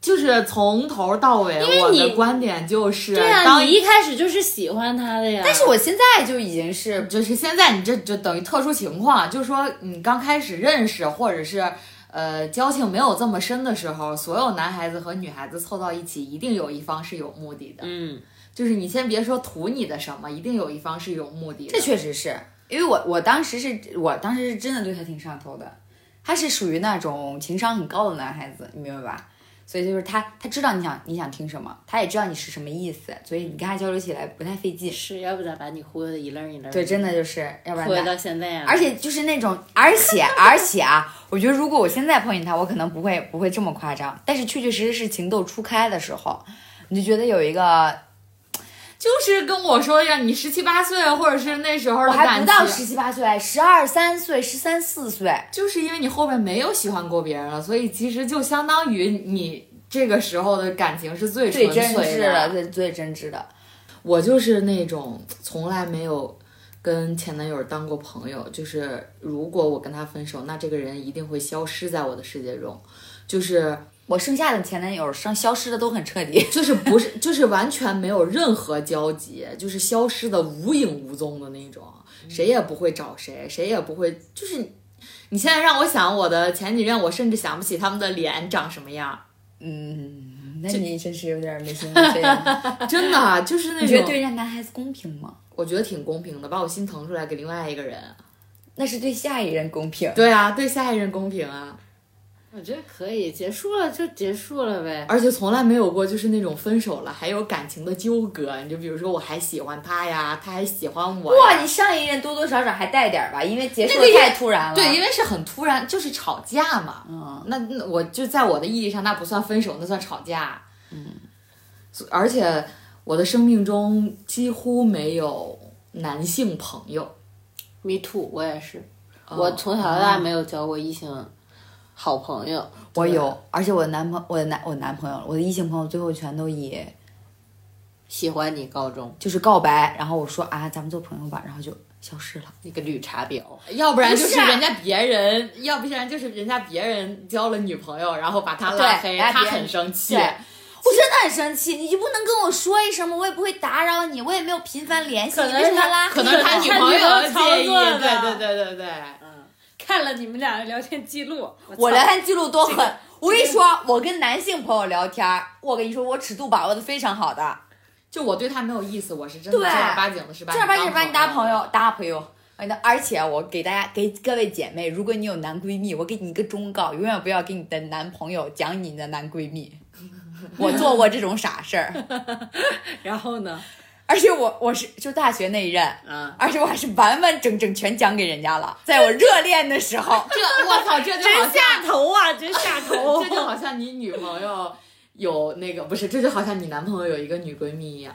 [SPEAKER 4] 就是从头到尾，
[SPEAKER 5] 为
[SPEAKER 4] 我
[SPEAKER 5] 你
[SPEAKER 4] 的观点就是，
[SPEAKER 5] 对啊，
[SPEAKER 4] 当
[SPEAKER 5] 你一开始就是喜欢他的呀。
[SPEAKER 2] 但是我现在就已经是
[SPEAKER 4] 就是现在你这就等于特殊情况，就是说你刚开始认识或者是呃交情没有这么深的时候，所有男孩子和女孩子凑到一起，一定有一方是有目的的。
[SPEAKER 5] 嗯，
[SPEAKER 4] 就是你先别说图你的什么，一定有一方是有目的的。
[SPEAKER 2] 这确实是因为我我当时是我当时是真的对他挺上头的，他是属于那种情商很高的男孩子，你明白吧？所以就是他他知道你想你想听什么，他也知道你是什么意思，所以你跟他交流起来不太费劲。
[SPEAKER 5] 是要不咋把你忽悠的一愣儿一愣儿。
[SPEAKER 2] 对，真的就是，要不然
[SPEAKER 5] 忽悠
[SPEAKER 2] 呢
[SPEAKER 5] 到现在呀、
[SPEAKER 2] 而且就是那种，而且 而且啊，我觉得如果我现在碰见他，我可能不会不会这么夸张，但是确确实实是情窦初开的时候，你就觉得有一个
[SPEAKER 4] 就是跟我说让你十七八岁，啊或者是那时候
[SPEAKER 2] 我
[SPEAKER 4] 的
[SPEAKER 2] 还
[SPEAKER 4] 感
[SPEAKER 2] 不到
[SPEAKER 4] 情，
[SPEAKER 2] 十七八岁，十二三岁、十三四岁，
[SPEAKER 4] 就是因为你后面没有喜欢过别人了，所以其实就相当于你这个时候的感情是最
[SPEAKER 2] 最
[SPEAKER 4] 纯
[SPEAKER 2] 真
[SPEAKER 4] 粹
[SPEAKER 2] 挚的，最最真挚的。
[SPEAKER 4] 我就是那种从来没有跟前男友当过朋友，就是如果我跟他分手，那这个人一定会消失在我的世界中，就是
[SPEAKER 2] 我剩下的前男友上消失的都很彻底，
[SPEAKER 4] 就是不是就是完全没有任何交集，就是消失的无影无踪的那种，
[SPEAKER 2] 嗯
[SPEAKER 4] 谁也不会找谁，谁也不会就是。你现在让我想我的前几任，我甚至想不起他们的脸长什么样，嗯
[SPEAKER 2] 那你真是有点没心没 肺了。
[SPEAKER 4] 真的就是那
[SPEAKER 2] 你觉得
[SPEAKER 4] 种，
[SPEAKER 2] 对人家男孩子公平吗？
[SPEAKER 4] 我觉得挺公平的，把我心腾出来给另外一个人。
[SPEAKER 2] 那是对下一任公平。
[SPEAKER 4] 对啊，对下一任公平啊。
[SPEAKER 5] 我觉得可以，结束了就结束了呗。
[SPEAKER 4] 而且从来没有过就是那种分手了还有感情的纠葛，你就比如说我还喜欢他呀，他还喜欢我呀。
[SPEAKER 2] 哇，你上一任多多少少还带点儿吧，因为结束
[SPEAKER 4] 那
[SPEAKER 2] 的
[SPEAKER 4] 个
[SPEAKER 2] 太突然了。
[SPEAKER 4] 对，因为是很突然，就是吵架嘛。
[SPEAKER 2] 嗯，
[SPEAKER 4] 那那我就在我的意义上，那不算分手，那算吵架。嗯，而且我的生命中几乎没有男性朋友。
[SPEAKER 5] Me too，我也是，我从小到大没有交过异性好朋友。
[SPEAKER 2] 我有，而且我的男朋我的男我男朋友，我的异性朋友最后全都以
[SPEAKER 5] 喜欢你高中
[SPEAKER 2] 就是告白，然后我说啊，咱们做朋友吧，然后就消失了。
[SPEAKER 5] 那个绿茶婊，
[SPEAKER 4] 要不然就
[SPEAKER 2] 不
[SPEAKER 4] 是
[SPEAKER 2] 是啊
[SPEAKER 4] 人家别人，要不然就是人家别人交了女朋友，然后把他拉
[SPEAKER 2] 对
[SPEAKER 4] 黑，
[SPEAKER 2] 哎
[SPEAKER 4] 他
[SPEAKER 2] 别人
[SPEAKER 4] 很生气。
[SPEAKER 2] 对我真的很生气，你就不能跟我说一声吗？我也不会打扰你，我也没有频繁联系，
[SPEAKER 5] 可
[SPEAKER 2] 你
[SPEAKER 5] 能
[SPEAKER 2] 为什么
[SPEAKER 5] 他
[SPEAKER 2] 拉黑
[SPEAKER 4] 可能他
[SPEAKER 5] 他
[SPEAKER 4] 女
[SPEAKER 5] 女
[SPEAKER 4] 朋
[SPEAKER 5] 朋友
[SPEAKER 4] 友
[SPEAKER 5] 操
[SPEAKER 4] 介意，
[SPEAKER 5] 作的
[SPEAKER 4] 对对对对对。
[SPEAKER 5] 看了你们俩的聊天记录，
[SPEAKER 2] 我
[SPEAKER 5] 操
[SPEAKER 2] 聊天记录多狠！我跟你说，我跟男性朋友聊天儿，我跟你说，我尺度把握的非常好的，
[SPEAKER 4] 就我对他没有意思，我是真的
[SPEAKER 2] 对
[SPEAKER 4] 正儿八经的是把
[SPEAKER 2] 正儿八经把你当
[SPEAKER 4] 朋
[SPEAKER 2] 朋友，当朋友。哎那而且我给大家给各位姐妹，如果你有男闺蜜，我给你一个忠告，永远不要给你的男朋友讲你的男闺蜜。我做过这种傻事儿，
[SPEAKER 5] 然后呢？
[SPEAKER 2] 而且我我是就大学那一任，
[SPEAKER 5] 啊，
[SPEAKER 2] 而且我还是完完整整全讲给人家了，在我热恋的时候。
[SPEAKER 4] 这我操，这就好
[SPEAKER 5] 真
[SPEAKER 4] 像
[SPEAKER 5] 下头啊，真下头
[SPEAKER 4] 这。就好像你女朋友有那个不是，这就好像你男朋友有一个女闺蜜一样。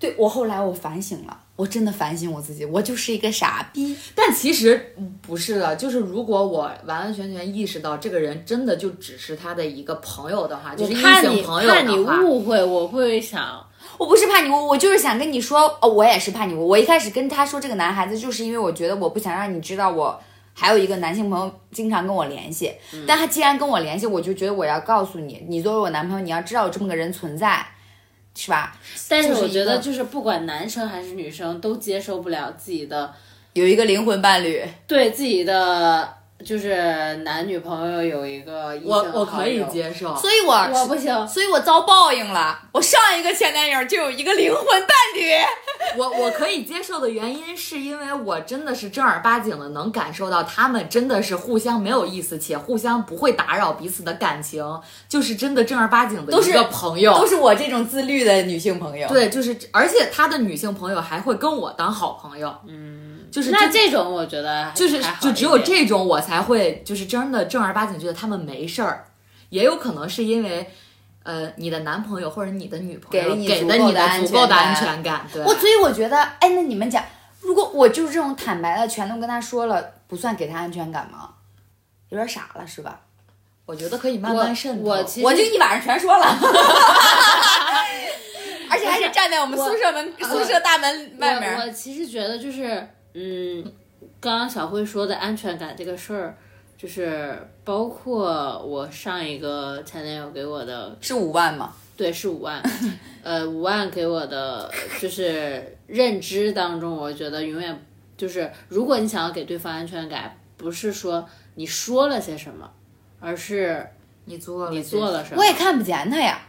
[SPEAKER 2] 对我后来我反省了，我真的反省我自己，我就是一个傻逼。
[SPEAKER 4] 但其实嗯不是的，就是如果我完完全全意识到这个人真的就只是他的一个朋友的话，就
[SPEAKER 5] 我
[SPEAKER 4] 是异
[SPEAKER 5] 怕你
[SPEAKER 4] 性朋友
[SPEAKER 5] 怕你
[SPEAKER 4] 的话，
[SPEAKER 5] 误会，我会想，
[SPEAKER 2] 我不是怕你，我我就是想跟你说，哦，我也是怕你。我一开始跟他说这个男孩子，就是因为我觉得我不想让你知道我还有一个男性朋友经常跟我联系。但他既然跟我联系，我就觉得我要告诉你，你作为我男朋友，你要知道有这么个人存在，是吧？
[SPEAKER 5] 但是
[SPEAKER 2] 就是
[SPEAKER 5] 我
[SPEAKER 2] 一
[SPEAKER 5] 觉得
[SPEAKER 2] 个
[SPEAKER 5] 就是不管男生还是女生，都接受不了自己的
[SPEAKER 2] 哦有一个灵魂伴侣，
[SPEAKER 5] 对自己的就是男女朋友有一个异性
[SPEAKER 4] 我我
[SPEAKER 5] 好
[SPEAKER 4] 可以
[SPEAKER 5] 友，
[SPEAKER 4] 接受，
[SPEAKER 2] 所以我
[SPEAKER 5] 我不行。
[SPEAKER 2] 所以我遭报应了。我上一个前男友就有一个灵魂伴侣，
[SPEAKER 4] 我我可以接受的原因是因为我真的是正儿八经的能感受到他们真的是互相没有意思，且互相不会打扰彼此的感情，就是真的正儿八经的
[SPEAKER 2] 都是
[SPEAKER 4] 一个朋友。
[SPEAKER 2] 都是我这种自律的女性朋友。
[SPEAKER 4] 对，就是，而且他的女性朋友还会跟我当好朋友，嗯，就是
[SPEAKER 5] 那
[SPEAKER 4] 真
[SPEAKER 5] 这种我觉得还
[SPEAKER 4] 就是
[SPEAKER 5] 还好
[SPEAKER 4] 就
[SPEAKER 5] 一
[SPEAKER 4] 只有
[SPEAKER 5] 点
[SPEAKER 4] 这种我才会就是真的正儿八经觉得他们没事儿，也有可能是因为，呃，你的男朋友或者你的女朋友
[SPEAKER 2] 给你
[SPEAKER 4] 给
[SPEAKER 2] 足
[SPEAKER 4] 的
[SPEAKER 2] 够
[SPEAKER 4] 你
[SPEAKER 2] 的安
[SPEAKER 4] 足够的
[SPEAKER 2] 全
[SPEAKER 4] 安
[SPEAKER 2] 感
[SPEAKER 4] 全感，对，
[SPEAKER 2] 我所以我觉得，哎，那你们讲，如果我就是这种坦白的，全都跟他说了，不算给他安全感吗？有点傻了是吧？
[SPEAKER 4] 我觉得可以慢
[SPEAKER 5] 我
[SPEAKER 4] 慢渗透。
[SPEAKER 5] 我其实
[SPEAKER 2] 我就一晚上全说了， 而且还是站在我们宿舍门、宿舍大门外
[SPEAKER 5] 我
[SPEAKER 2] 面。
[SPEAKER 5] 我其实觉得就是，嗯，刚刚小慧说的安全感这个事儿，就是包括我上一个前男友给我的，
[SPEAKER 2] 是五万吗？
[SPEAKER 5] 对，是五万，呃，五万给我的就是认知当中，我觉得永远就是，如果你想要给对方安全感，不是说你说了些什么，而是
[SPEAKER 4] 你做了
[SPEAKER 5] 你
[SPEAKER 4] 你
[SPEAKER 5] 做了什么
[SPEAKER 2] 我。也看不见他呀。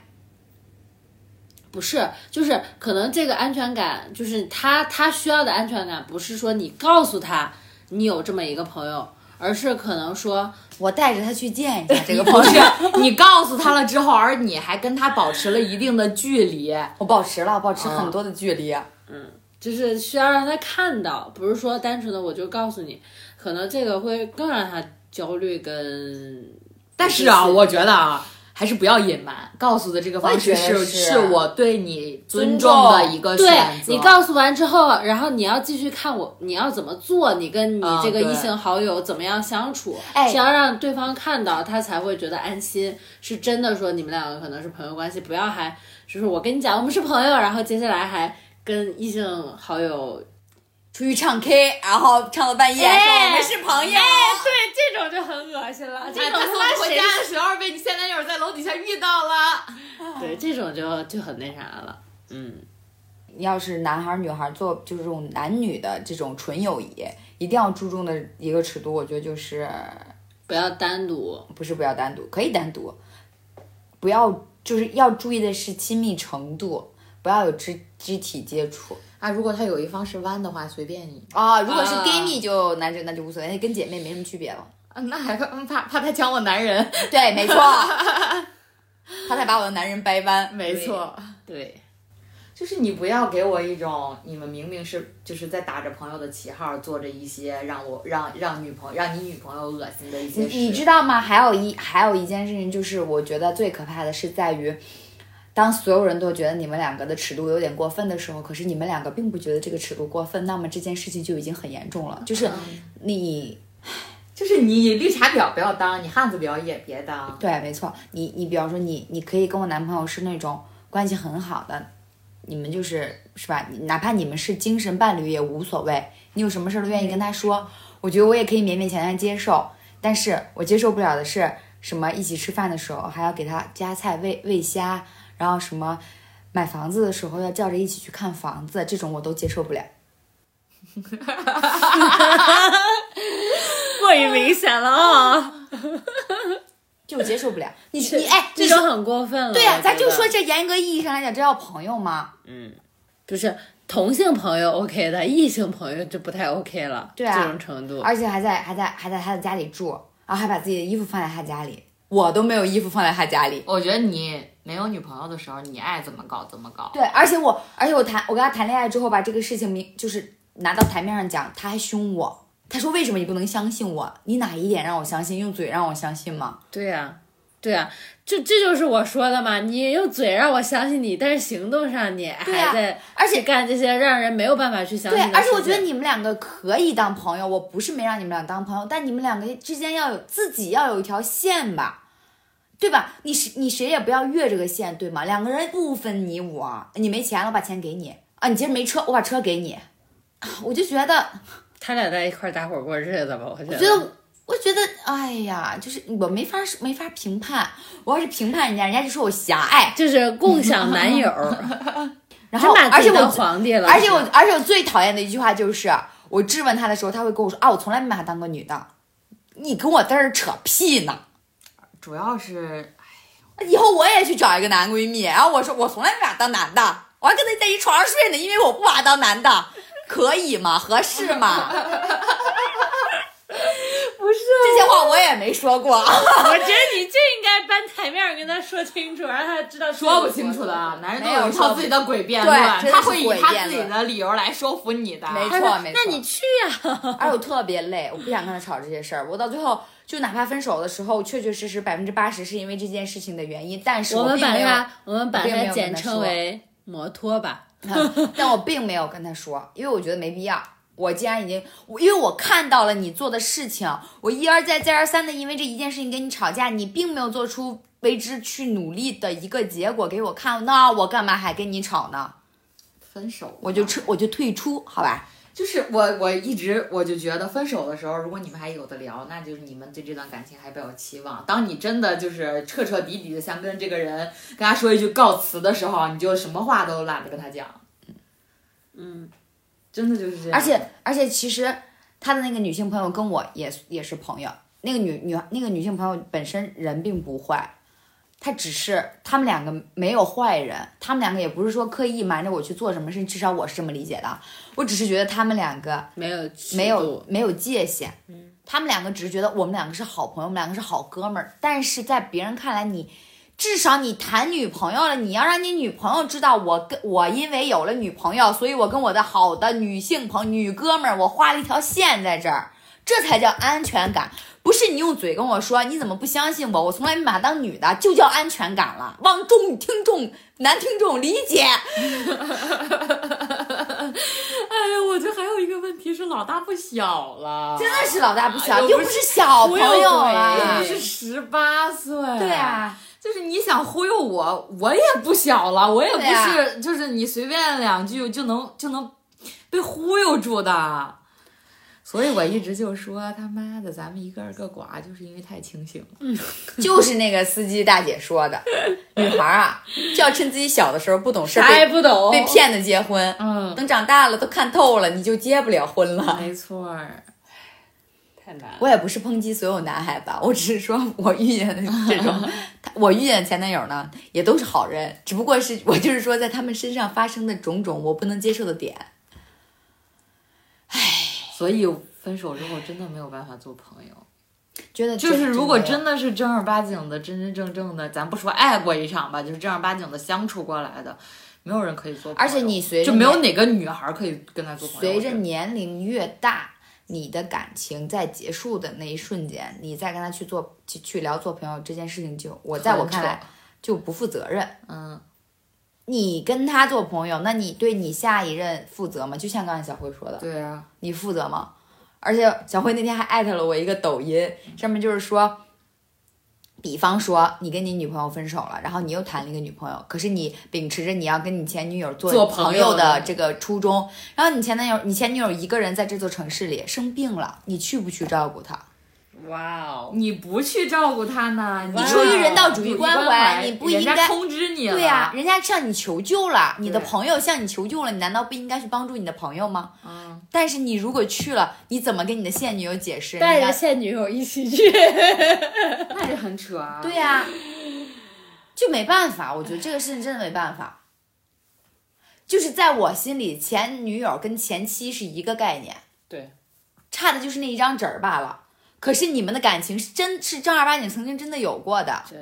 [SPEAKER 5] 不是，就是可能这个安全感，就是他他需要的安全感，不是说你告诉他你有这么一个朋友，而是可能说
[SPEAKER 2] 我带着他去见一 下这个朋友，
[SPEAKER 4] 你告诉他了之后，而你还跟他保持了一定的距离，
[SPEAKER 2] 我保持了，保持很多的距离。啊
[SPEAKER 5] 就是需要让他看到，不是说单纯的我就告诉你，可能这个会更让他焦虑跟。
[SPEAKER 4] 但是啊，我觉得啊。还是不要隐瞒，告诉的这个
[SPEAKER 2] 我也
[SPEAKER 4] 方式
[SPEAKER 2] 觉
[SPEAKER 4] 是
[SPEAKER 2] 得是
[SPEAKER 4] 我对你
[SPEAKER 2] 尊
[SPEAKER 4] 尊
[SPEAKER 2] 重
[SPEAKER 4] 重的一个
[SPEAKER 5] 对
[SPEAKER 4] 选择。
[SPEAKER 5] 你告诉完之后，然后你要继续看我，你要怎么做，你跟你
[SPEAKER 4] 啊
[SPEAKER 5] 这个
[SPEAKER 4] 对
[SPEAKER 5] 异性好友怎么样相处，
[SPEAKER 2] 哎
[SPEAKER 5] 只要让对方看到，他才会觉得安心。是真的说你们两个可能是朋友关系，不要还就是我跟你讲我们是朋友，然后接下来还跟异性好友，
[SPEAKER 2] 出去唱 K，然后唱到半夜，说我们是朋
[SPEAKER 3] 哎
[SPEAKER 2] 友。
[SPEAKER 5] 对这种就很恶心 了，哎这种
[SPEAKER 4] 他
[SPEAKER 5] 他妈
[SPEAKER 4] 回
[SPEAKER 5] 谁
[SPEAKER 4] 家的时候被你前男友在楼底下遇到了。
[SPEAKER 5] 对这种就就很那啥了，嗯。
[SPEAKER 2] 要是男孩儿女孩儿做就是这种男女的这种纯友谊，一定要注重的一个尺度，我觉得就是
[SPEAKER 5] 不要单独，
[SPEAKER 2] 不是不要单独，可以单独，不要就是要注意的是亲密程度，不要有肢肢体接触
[SPEAKER 4] 啊，如果他有一方是弯的话，随便你。
[SPEAKER 2] 啊。如果是
[SPEAKER 5] 啊
[SPEAKER 2] 闺蜜就那就那就无所谓，跟姐妹没什么区别了。
[SPEAKER 4] 啊，那还怕怕怕他抢我男人？
[SPEAKER 2] 对， 没错，他才把我的男人掰弯。
[SPEAKER 4] 没错，
[SPEAKER 5] 对，
[SPEAKER 4] 就是你不要给我一种你们明明是就是在打着朋友的旗号，做着一些让我让让女朋友让你女朋友恶心的一
[SPEAKER 2] 你
[SPEAKER 4] 些事。
[SPEAKER 2] 你知道吗？还有一还有一件事情，就是我觉得最可怕的是在于，当所有人都觉得你们两个的尺度有点过分的时候，可是你们两个并不觉得这个尺度过分，那么这件事情就已经很严重了。就是你
[SPEAKER 4] 就是你绿茶婊不要当，你汉子婊也别当。
[SPEAKER 2] 对，没错，你你比方说你你可以跟我男朋友是那种关系很好的，你们就是是吧？你哪怕你们是精神伴侣也无所谓，你有什么事儿都愿意跟他说，我觉得我也可以勉勉强强接受。但是我接受不了的是什么？一起吃饭的时候还要给他夹菜喂喂虾，然后什么买房子的时候要叫着一起去看房子，这种我都接受不了。
[SPEAKER 5] 过于明显了啊、
[SPEAKER 2] 就我接受不了，你你哎，你
[SPEAKER 5] 这
[SPEAKER 2] 说
[SPEAKER 5] 种很过分了。
[SPEAKER 2] 对呀、啊
[SPEAKER 5] 我
[SPEAKER 2] 咱
[SPEAKER 5] 觉
[SPEAKER 2] 就
[SPEAKER 5] 得
[SPEAKER 2] 说这严格意义上来讲，这叫朋友吗？
[SPEAKER 5] 不是同性朋友 OK 的，异性朋友就不太 OK 了。
[SPEAKER 2] 对啊
[SPEAKER 5] 这种程度。
[SPEAKER 2] 而且还在还在还在他的家里住，然后还把自己的衣服放在他家里，我都没有衣服放在他家里。
[SPEAKER 4] 我觉得你没有女朋友的时候，你爱怎么搞怎么搞。
[SPEAKER 2] 对，而且我而且我谈我跟他谈恋爱之后吧，这个事情明就是拿到台面上讲，他还凶我，他说为什么你不能相信我？你哪一点让我相信？用嘴让我相信吗？
[SPEAKER 5] 对呀、对呀、就这就是我说的嘛。你用嘴让我相信你，但是行动上你
[SPEAKER 2] 对呀
[SPEAKER 5] 还在，
[SPEAKER 2] 而且
[SPEAKER 5] 去干这些让人没有办法去相
[SPEAKER 2] 对
[SPEAKER 5] 信的事情。，
[SPEAKER 2] 而且我觉得你们两个可以当朋友，我不是没让你们俩当朋友，但你们两个之间要有自己要有一条线吧，对吧？你谁你谁也不要越这个线，对吗？两个人不分你我，你没钱了，我把钱给你啊，你今儿没车，我把车给你，啊我就觉得，
[SPEAKER 5] 他俩在一块儿打火过日子吧，我觉
[SPEAKER 2] 我
[SPEAKER 5] 得。
[SPEAKER 2] 觉得。我觉得，哎呀，就是我没法没法评判，我要是评判人家，人家就说我狭隘。
[SPEAKER 5] 就是共享男友，
[SPEAKER 2] 然后
[SPEAKER 5] 真，把
[SPEAKER 2] 而
[SPEAKER 5] 自己
[SPEAKER 2] 且我
[SPEAKER 5] 当皇帝了。
[SPEAKER 2] 而且我，而且我最讨厌的一句话就是，我质问他的时候，他会跟我说啊，我从来没把她当过女的。你跟我在这儿扯屁呢。
[SPEAKER 4] 主要是
[SPEAKER 2] 以后我也去找一个男闺蜜，然后我说我从来没把他当男的，我还跟他在一床上睡呢，因为我不把他当男的，可以吗？合适吗？ 不是，这些话我也没说过。
[SPEAKER 5] 我觉得你这应该搬台面跟他说清楚，让他知道
[SPEAKER 4] 说不清楚的，啊，男人都
[SPEAKER 2] 没
[SPEAKER 4] 有
[SPEAKER 2] 有
[SPEAKER 4] 一
[SPEAKER 2] 说
[SPEAKER 4] 套
[SPEAKER 2] 不
[SPEAKER 4] 自己的诡辩
[SPEAKER 2] 对
[SPEAKER 4] 论，
[SPEAKER 2] 真的
[SPEAKER 4] 他
[SPEAKER 2] 是
[SPEAKER 4] 会以
[SPEAKER 2] 诡
[SPEAKER 4] 他
[SPEAKER 2] 辩
[SPEAKER 4] 自己
[SPEAKER 2] 论
[SPEAKER 4] 的理由来说啊服你的。
[SPEAKER 2] 没
[SPEAKER 5] 他
[SPEAKER 2] 错
[SPEAKER 5] 说
[SPEAKER 2] 没错
[SPEAKER 5] 那你去啊呀、
[SPEAKER 2] 而且我特别累，我不想跟他吵这些事儿。我到最后就哪怕分手的时候，确确实实百分之八十是因为这件事情的原因，但是
[SPEAKER 5] 我们
[SPEAKER 2] 并
[SPEAKER 5] 把
[SPEAKER 2] 没有，
[SPEAKER 5] 它我们把
[SPEAKER 2] 并没
[SPEAKER 5] 它
[SPEAKER 2] 有
[SPEAKER 5] 简
[SPEAKER 2] 跟他
[SPEAKER 5] 称
[SPEAKER 2] 说
[SPEAKER 5] 为摩托吧。
[SPEAKER 2] 但我并没有跟他说，因为我觉得没必要。我既然已经，我因为我看到了你做的事情，我一而再再而三的因为这一件事情跟你吵架，你并没有做出为之去努力的一个结果给我看，那我干嘛还跟你吵呢？
[SPEAKER 4] 分手，
[SPEAKER 2] 我就撤，我就退出，好吧？
[SPEAKER 4] 就是我，我一直我就觉得分手的时候，如果你们还有的聊，那就是你们对这段感情还抱有期望。当你真的就是彻彻底底的想跟这个人跟他说一句告辞的时候，你就什么话都懒得跟他讲。
[SPEAKER 5] 嗯，
[SPEAKER 4] 真的就是这样。
[SPEAKER 2] 而且而且，其实他的那个女性朋友跟我也也是朋友，那个女女那个女性朋友本身人并不坏，她只是他们两个没有坏人，他们两个也不是说刻意瞒着我去做什么事，至少我是这么理解的。我只是觉得他们两个
[SPEAKER 5] 没有尺
[SPEAKER 2] 没有
[SPEAKER 5] 度，
[SPEAKER 2] 没有界限。他们两个只是觉得我们两个是好朋友，我们两个是好哥们儿，但是在别人看来你，至少你谈女朋友了，你要让你女朋友知道我跟我因为有了女朋友，所以我跟我的好的女性朋女哥们儿，我画了一条线在这儿，这才叫安全感。不是你用嘴跟我说你怎么不相信我，我从来没把她当女的，就叫安全感了。望众听众男听众理解。
[SPEAKER 4] 哎呀，我觉得还有一个问题是老大不小了，
[SPEAKER 2] 真的是老大不小，
[SPEAKER 4] 又
[SPEAKER 2] 又
[SPEAKER 4] 不
[SPEAKER 2] 不是小朋友
[SPEAKER 4] 又
[SPEAKER 2] 啊
[SPEAKER 5] 哎
[SPEAKER 4] 不。是十八岁。
[SPEAKER 2] 对。啊，
[SPEAKER 4] 就是你想忽悠我，我也不小了，我也不
[SPEAKER 2] 对啊
[SPEAKER 4] 是，就是你随便两句就能就能被忽悠住的。所以我一直就说他妈的，咱们一个二个寡，就是因为太清醒了。
[SPEAKER 2] 就是那个司机大姐说的， 女孩儿啊，就要趁自己小的时候不懂事儿
[SPEAKER 5] 啥也
[SPEAKER 2] 被
[SPEAKER 5] 不懂，
[SPEAKER 2] 被骗的结婚，
[SPEAKER 4] 嗯，
[SPEAKER 2] 等长大了都看透了，你就结不了婚 了。
[SPEAKER 4] 没错儿。
[SPEAKER 5] 太难了。
[SPEAKER 2] 我也不是抨击所有男孩子啊，我只是说我遇见的 这种，他我遇见的前男友呢，也都是好人，只不过是我就是说在他们身上发生的种种我不能接受的点。
[SPEAKER 4] 所以分手之后真的没有办法做朋友。
[SPEAKER 2] 觉得
[SPEAKER 4] 就是如果
[SPEAKER 2] 真
[SPEAKER 4] 真的是正儿八经的、真真正正的，咱不说爱过一场吧，就是正儿八经的相处过来的，没有人可以做朋
[SPEAKER 2] 而
[SPEAKER 4] 友。
[SPEAKER 2] 且你随着
[SPEAKER 4] 就没有哪个女孩儿可以跟他做朋友。
[SPEAKER 2] 随
[SPEAKER 4] 我
[SPEAKER 2] 着
[SPEAKER 4] 觉得
[SPEAKER 2] 年龄越大，你的感情在结束的那一瞬间，你再跟他去做去去聊做朋友这件事情就，我在我看来
[SPEAKER 4] 很
[SPEAKER 2] 就不负责任。
[SPEAKER 4] 嗯，
[SPEAKER 2] 你跟他做朋友，那你对你下一任负责吗？就像刚才小辉说的，
[SPEAKER 4] 对啊，
[SPEAKER 2] 你负责吗？而且小辉那天还艾特了我一个抖音，上面就是说，比方说你跟你女朋友分手了，然后你又谈了一个女朋友，可是你秉持着你要跟你前女友做
[SPEAKER 4] 做朋
[SPEAKER 2] 朋
[SPEAKER 4] 友
[SPEAKER 2] 友的
[SPEAKER 4] 的
[SPEAKER 2] 这个初衷，然后你前男友你前女友一个人在这座城市里生病了，你去不去照顾她？
[SPEAKER 5] 哇哦，
[SPEAKER 4] 你不去照顾他呢，你
[SPEAKER 5] 哇
[SPEAKER 4] 出
[SPEAKER 2] 出
[SPEAKER 4] 于
[SPEAKER 2] 于
[SPEAKER 4] 人
[SPEAKER 2] 人
[SPEAKER 4] 道
[SPEAKER 2] 道
[SPEAKER 4] 主
[SPEAKER 2] 主
[SPEAKER 4] 义
[SPEAKER 2] 义
[SPEAKER 4] 关
[SPEAKER 2] 关
[SPEAKER 4] 怀，
[SPEAKER 2] 怀
[SPEAKER 4] 你
[SPEAKER 2] 你
[SPEAKER 4] 不
[SPEAKER 2] 不
[SPEAKER 4] 应
[SPEAKER 2] 应
[SPEAKER 4] 该
[SPEAKER 2] 该
[SPEAKER 4] 通知你了。
[SPEAKER 2] 对呀、人家向你求救了，你的
[SPEAKER 4] 对
[SPEAKER 2] 朋友向你求救了，你难道不应该去帮助你的朋友吗？
[SPEAKER 4] 嗯，
[SPEAKER 2] 但是你如果去了，你怎么跟你的现女友解释？
[SPEAKER 5] 带
[SPEAKER 2] 你
[SPEAKER 5] 着
[SPEAKER 2] 要
[SPEAKER 5] 现女友一起 去，
[SPEAKER 4] 那就很扯啊。
[SPEAKER 2] 对呀、就没办法，我觉得这个事情真的没办法。就是在我心里，前女友跟前妻是一个概念，
[SPEAKER 5] 对，
[SPEAKER 2] 差的就是那一张纸儿罢了。可是你们的感情是真是正儿八经曾经真的有过的，
[SPEAKER 5] 对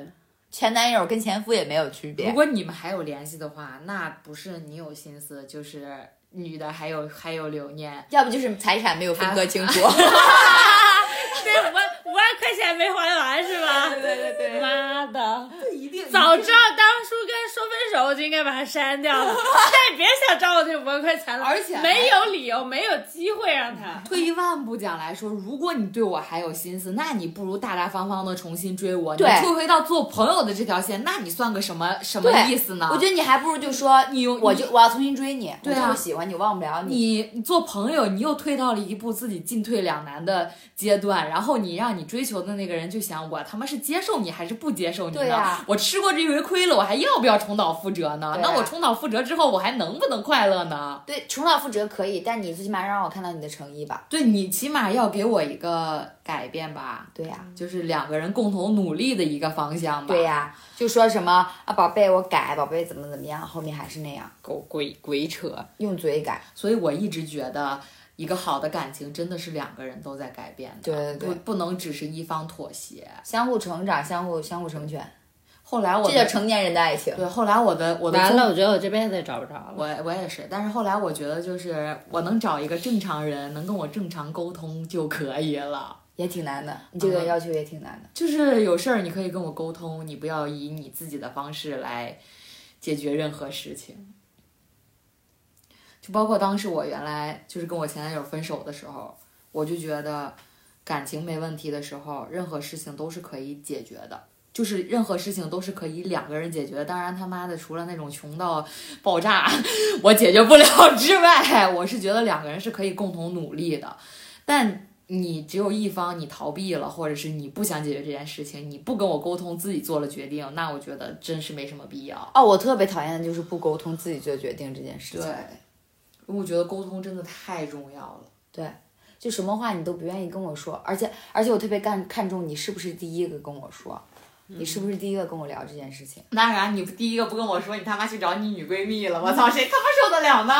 [SPEAKER 2] 前男友跟前夫也没有区
[SPEAKER 4] 如
[SPEAKER 2] 别。
[SPEAKER 4] 果你们还有联系的话，那不是你有心思，就是女的还有还有留念。
[SPEAKER 2] 要不就是财产没有分割清楚，
[SPEAKER 5] 这五万五万块钱没还完是吧？对对对，妈的！
[SPEAKER 4] 一定
[SPEAKER 5] 早知道当初跟他说分手，我就应该把他删掉 了。再也别想找我这五万块钱了，
[SPEAKER 4] 而且还
[SPEAKER 5] 没有理由，没有机会让他。
[SPEAKER 4] 退一万步讲来说，如果你对我还有心思，那你不如大大方方的重新追我。你
[SPEAKER 2] 对
[SPEAKER 4] 退回到做朋友的这条线，那你算个什么什么
[SPEAKER 2] 对
[SPEAKER 4] 意思呢？
[SPEAKER 2] 我觉得你还不如就说
[SPEAKER 4] 你有
[SPEAKER 2] 我就我要重新追你，
[SPEAKER 4] 对啊
[SPEAKER 2] 我就是喜欢你，忘不了你。
[SPEAKER 4] 你你做朋友，你又退到了一步自己进退两难的阶段，然后你让你追求的那个人就想我他妈是接受你还是不接受你呢？
[SPEAKER 2] 对呀
[SPEAKER 4] 我吃过这回亏了，我还要不要重重蹈覆辙呢？
[SPEAKER 2] 对啊
[SPEAKER 4] 那我重蹈覆辙之后，我还能不能快乐呢？
[SPEAKER 2] 对，重蹈覆辙可以，但你最起码让我看到你的诚意吧。
[SPEAKER 4] 对你起码要给我一个改变吧，
[SPEAKER 2] 对呀、
[SPEAKER 4] 就是两个人共同努力的一个方向吧。
[SPEAKER 2] 对呀、就说什么啊，宝贝，我改，宝贝怎么怎么样，后面还是那样，
[SPEAKER 4] 狗鬼鬼扯。
[SPEAKER 2] 用嘴改。
[SPEAKER 4] 所以我一直觉得，一个好的感情真的是两个人都在改变的，
[SPEAKER 2] 对对对
[SPEAKER 4] 不不能只是一方妥协。
[SPEAKER 2] 相互成长，相互相互成全，
[SPEAKER 4] 后来我
[SPEAKER 2] 这叫
[SPEAKER 4] 的
[SPEAKER 2] 成年人的爱情。
[SPEAKER 4] 对，后来我的我的
[SPEAKER 5] 完
[SPEAKER 4] 宗
[SPEAKER 5] 了，我觉得我这辈子也找不着了。
[SPEAKER 4] 我我也是，但是后来我觉得，就是我能找一个正常人，能跟我正常沟通就可以了。
[SPEAKER 2] 也挺难的，你这个
[SPEAKER 4] 嗯
[SPEAKER 2] 要求也挺难的。
[SPEAKER 4] 就是有事儿你可以跟我沟通，你不要以你自己的方式来解决任何事情。就包括当时我原来就是跟我前男友分手的时候，我就觉得感情没问题的时候，任何事情都是可以解决的。就是任何事情都是可以两个人解决的，当然他妈的除了那种穷到爆炸，我解决不了之外，我是觉得两个人是可以共同努力的。但你只有一方你逃避了，或者是你不想解决这件事情，你不跟我沟通，自己做了决定，那我觉得真是没什么必要。
[SPEAKER 2] 哦，我特别讨厌的就是不沟通自己做决定这件事情。，
[SPEAKER 4] 我觉得沟通真的太重要了。
[SPEAKER 2] 就什么话你都不愿意跟我说，而且而且我特别看看重你是不是第一个跟我说，你是不是第一个跟我聊这件事情。
[SPEAKER 4] 那啥，你第一个不跟我说，你他妈去找你女闺蜜了，我操，谁他妈受得了呢？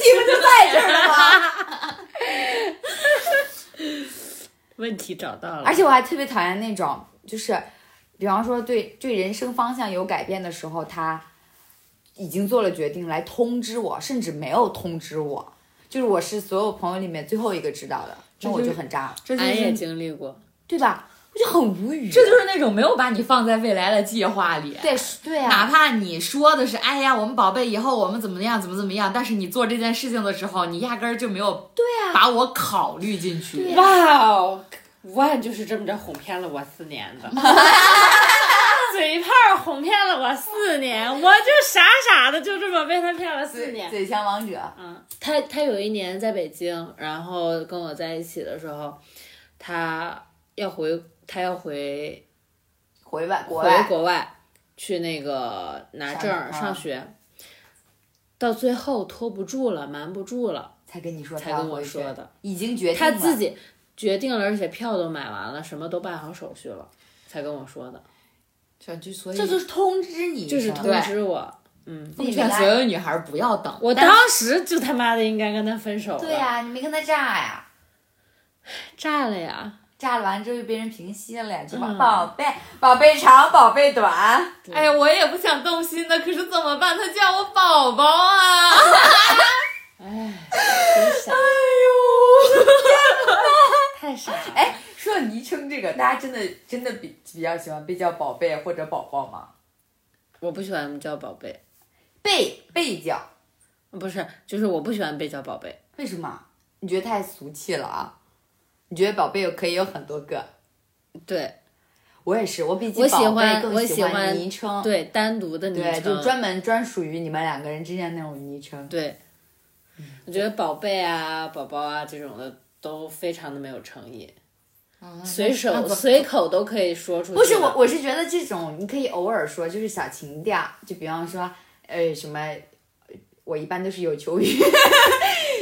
[SPEAKER 2] 你不就在这儿了吗？
[SPEAKER 5] 问题找到了，
[SPEAKER 2] 而且我还特别讨厌那种，就是比方说对对人生方向有改变的时候，他已经做了决定来通知我，甚至没有通知我，就是我是所有朋友里面最后一个知道的，那我
[SPEAKER 4] 这就
[SPEAKER 2] 就是很渣了，
[SPEAKER 4] 这就
[SPEAKER 5] 俺也
[SPEAKER 4] 是
[SPEAKER 5] 经历过，
[SPEAKER 2] 对吧？我就很无 语。
[SPEAKER 4] 这就是那种没有把你放在未来的计划里。
[SPEAKER 2] 对对啊，
[SPEAKER 4] 哪怕你说的是，哎呀，我们宝贝，以后我们怎么样，怎么怎么样，但是你做这件事情的时候，你压根儿就没有对
[SPEAKER 2] 啊
[SPEAKER 4] 把我考虑进去。
[SPEAKER 5] 哇哦，万就是这么着哄骗了我四年的， 嘴炮哄骗了我四年，我就傻傻的就这么被他骗了四年。
[SPEAKER 2] 嘴强王者，
[SPEAKER 5] 嗯，他他有一年在北京，然后跟我在一起的时候，他要回他要回
[SPEAKER 2] 回外国
[SPEAKER 5] 回
[SPEAKER 2] 外
[SPEAKER 5] 国外去那个拿证儿
[SPEAKER 2] 上嗯
[SPEAKER 5] 上学，到最后拖不住了，瞒不住了，
[SPEAKER 2] 才跟你说，
[SPEAKER 5] 才跟我说，的，
[SPEAKER 2] 已经决定
[SPEAKER 5] 他
[SPEAKER 2] 了
[SPEAKER 5] 自己决定了，而且票都买完了，什么都办好手续了，才跟我说的，
[SPEAKER 4] 这就所以
[SPEAKER 2] 这就是通知你一
[SPEAKER 5] 就是
[SPEAKER 2] 声
[SPEAKER 5] 通
[SPEAKER 2] 对
[SPEAKER 5] 知我，嗯，
[SPEAKER 4] 奉劝所有女孩儿不要等。
[SPEAKER 5] 我当时就他妈的应该跟他分手了，
[SPEAKER 2] 对呀、你没跟他炸呀。
[SPEAKER 5] 炸了呀，
[SPEAKER 2] 炸了完之后就被人平息了呀，就
[SPEAKER 4] 嗯
[SPEAKER 2] 把宝贝、宝贝长，宝贝短，
[SPEAKER 4] 哎呀，我也不想动心的，可是怎么办？他叫我宝宝啊！
[SPEAKER 5] 哎，真傻，太傻了。
[SPEAKER 2] 哎说到昵称这个，大家真的真的比比较喜欢被叫宝贝或者宝宝吗？
[SPEAKER 5] 我不喜欢叫宝贝，
[SPEAKER 2] 被被叫，
[SPEAKER 5] 不是，就是我不喜欢被叫宝贝。
[SPEAKER 2] 为什么？你觉得太俗气了啊？你觉得宝贝有可以有很多个？
[SPEAKER 5] 对
[SPEAKER 2] 我也是，我比起
[SPEAKER 5] 我喜
[SPEAKER 2] 宝贝
[SPEAKER 5] 欢
[SPEAKER 2] 更
[SPEAKER 5] 我
[SPEAKER 2] 喜
[SPEAKER 5] 喜欢
[SPEAKER 2] 昵称，
[SPEAKER 5] 对，单独的昵
[SPEAKER 2] 对，
[SPEAKER 5] 称，
[SPEAKER 2] 就专门专属于你们两个人之间那种昵称。
[SPEAKER 5] 对。
[SPEAKER 2] 嗯
[SPEAKER 5] 我觉得宝贝啊、宝宝啊这种的都非常的没有诚意，
[SPEAKER 2] 哦
[SPEAKER 5] 随手随口都可以说出去的。
[SPEAKER 2] 不是我，我是觉得这种你可以偶尔说，就是小情调，就比方说，呃，什么，我一般都是有求于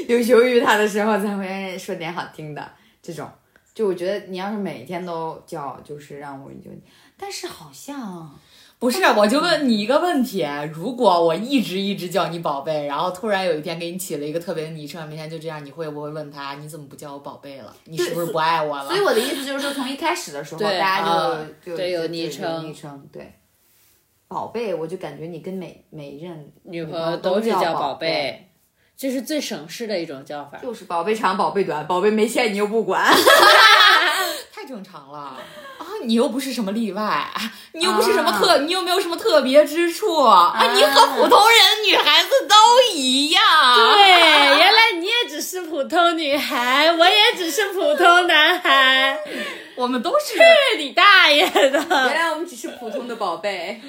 [SPEAKER 2] 有求于他的时候才会说点好听的这种。就我觉得你要是每天都叫，就是让我就，但是好像
[SPEAKER 4] 不是，啊我就问你一个问题：如果我一直一直叫你宝贝，然后突然有一天给你起了一个特别的昵称，明天就这样，你会不会问他你怎么不叫我宝贝了？你是不是不爱我了
[SPEAKER 2] 所以？我的意思就是说，从一开始的时候，大
[SPEAKER 5] 对
[SPEAKER 2] 家就、
[SPEAKER 4] 啊
[SPEAKER 2] 就
[SPEAKER 5] 对
[SPEAKER 2] 就
[SPEAKER 5] 有
[SPEAKER 2] 就
[SPEAKER 5] 昵称
[SPEAKER 2] 昵称对。宝贝，我就感觉你跟每每一任
[SPEAKER 5] 女
[SPEAKER 2] 朋
[SPEAKER 5] 朋
[SPEAKER 2] 友
[SPEAKER 5] 友
[SPEAKER 2] 都
[SPEAKER 5] 都是
[SPEAKER 2] 叫
[SPEAKER 5] 叫
[SPEAKER 2] 宝
[SPEAKER 5] 贝，这是最省事的一种叫法。
[SPEAKER 2] 就是宝贝长，宝贝短，宝贝没钱你又不管。
[SPEAKER 4] 太正常了啊！你又不是什么例外，啊你又不是什么特，你又没有什么特别之处啊！你和普通人女孩子都一样。
[SPEAKER 5] 对，原来你也只是普通女孩，我也只是普通男孩，
[SPEAKER 4] 我们都是
[SPEAKER 5] 是你大爷的！
[SPEAKER 4] 嗯
[SPEAKER 2] 原来我们只是普通的宝贝。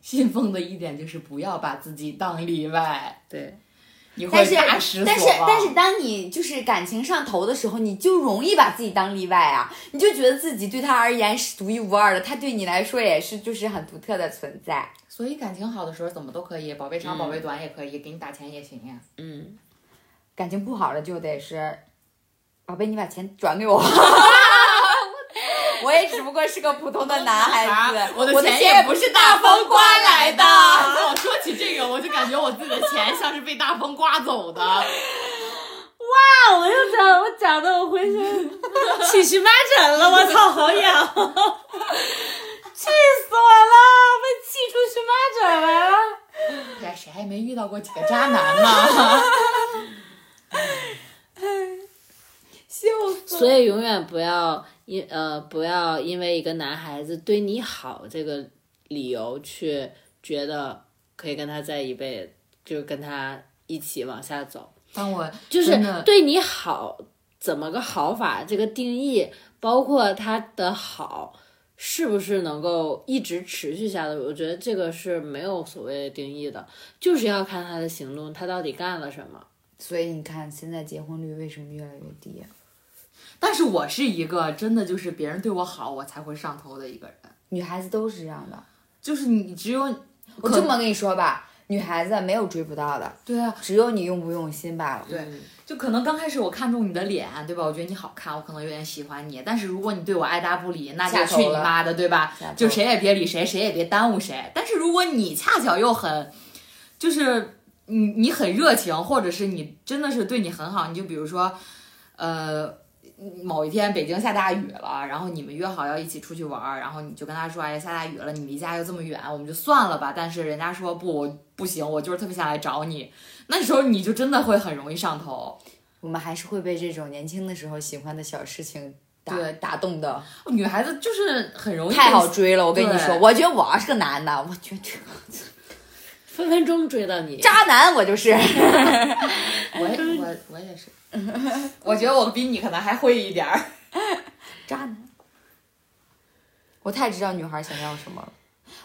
[SPEAKER 4] 信奉的一点就是不要把自己当例外。
[SPEAKER 5] 对，
[SPEAKER 4] 你会
[SPEAKER 2] 但是
[SPEAKER 4] 大失所
[SPEAKER 2] 但是
[SPEAKER 4] 望。
[SPEAKER 2] 但是，当你就是感情上头的时候，你就容易把自己当例外啊，你就觉得自己对他而言是独一无二的，他对你来说也是就是很独特的存在。
[SPEAKER 4] 所以感情好的时候怎么都可以，宝贝长
[SPEAKER 5] 嗯
[SPEAKER 4] 宝贝短也可以，给你打钱也行呀。
[SPEAKER 5] 嗯，
[SPEAKER 2] 感情不好了就得是，宝贝，你把钱转给我。 我也只不过是个普通的男孩子，哎我
[SPEAKER 4] 啊的
[SPEAKER 2] 钱
[SPEAKER 4] 也
[SPEAKER 2] 不是大风刮来 的。
[SPEAKER 4] 我哦说起这个，我就感觉我自己的钱像是被大风刮走的。
[SPEAKER 5] 啊，我又讲，我讲的我浑 身起荨麻疹了，我操，好痒，气死我了，被气出荨麻疹来了。
[SPEAKER 4] 哎呀，谁还没遇到过几个渣男呢？
[SPEAKER 5] 所以永远不要因呃不要因为一个男孩子对你好这个理由去觉得可以跟他在一辈子，就跟他一起往下走。
[SPEAKER 4] 当我
[SPEAKER 5] 就是
[SPEAKER 4] 真的
[SPEAKER 5] 对你好怎么个好法，这个定义包括他的好是不是能够一直持续下去，我觉得这个是没有所谓的定义的，就是要看他的行动，他到底干了什么。
[SPEAKER 2] 所以你看，现在结婚率为什么越来越低、啊？
[SPEAKER 4] 但是我是一个真的就是别人对我好，我才会上头的一个人。
[SPEAKER 2] 女孩子都是这样的。
[SPEAKER 4] 就是你只有
[SPEAKER 2] 我
[SPEAKER 4] 可
[SPEAKER 2] 这么跟你说吧，女孩子没有追不到的，
[SPEAKER 4] 对啊，
[SPEAKER 2] 只有你用不用心罢了。
[SPEAKER 4] 对就可能刚开始我看中你的脸，对吧？我觉得你好看，我可能有点喜欢你。但是如果你对我爱答不理，那就
[SPEAKER 2] 下头
[SPEAKER 4] 去你
[SPEAKER 2] 了
[SPEAKER 4] 妈的，对吧
[SPEAKER 2] 下头？
[SPEAKER 4] 就谁也别理谁，谁也别耽误谁。但是如果你恰巧又很，就是你你很热情，或者是你真的是对你很好，你就比如说，呃。某一天北京下大雨了，然后你们约好要一起出去玩儿，然后你就跟他说：“哎呀，下大雨了，你离家又这么远，我们就算了吧。”但是人家说不，我不行，我就是特别想来找你。那时候你就真的会很容易上头。
[SPEAKER 2] 我们还是会被这种年轻的时候喜欢的小事情打
[SPEAKER 4] 对
[SPEAKER 2] 打动的，
[SPEAKER 4] 哦女孩子就是很容易
[SPEAKER 2] 太好追了。我跟你说，
[SPEAKER 4] 对
[SPEAKER 2] 我觉得我要是个男的，我绝对
[SPEAKER 5] 分分钟追到你，
[SPEAKER 2] 渣男，我就是。
[SPEAKER 4] 被。 我也我我也 是，我觉得我比你可能还会一 点儿。
[SPEAKER 2] 渣男。 我太知道女孩想要什么了。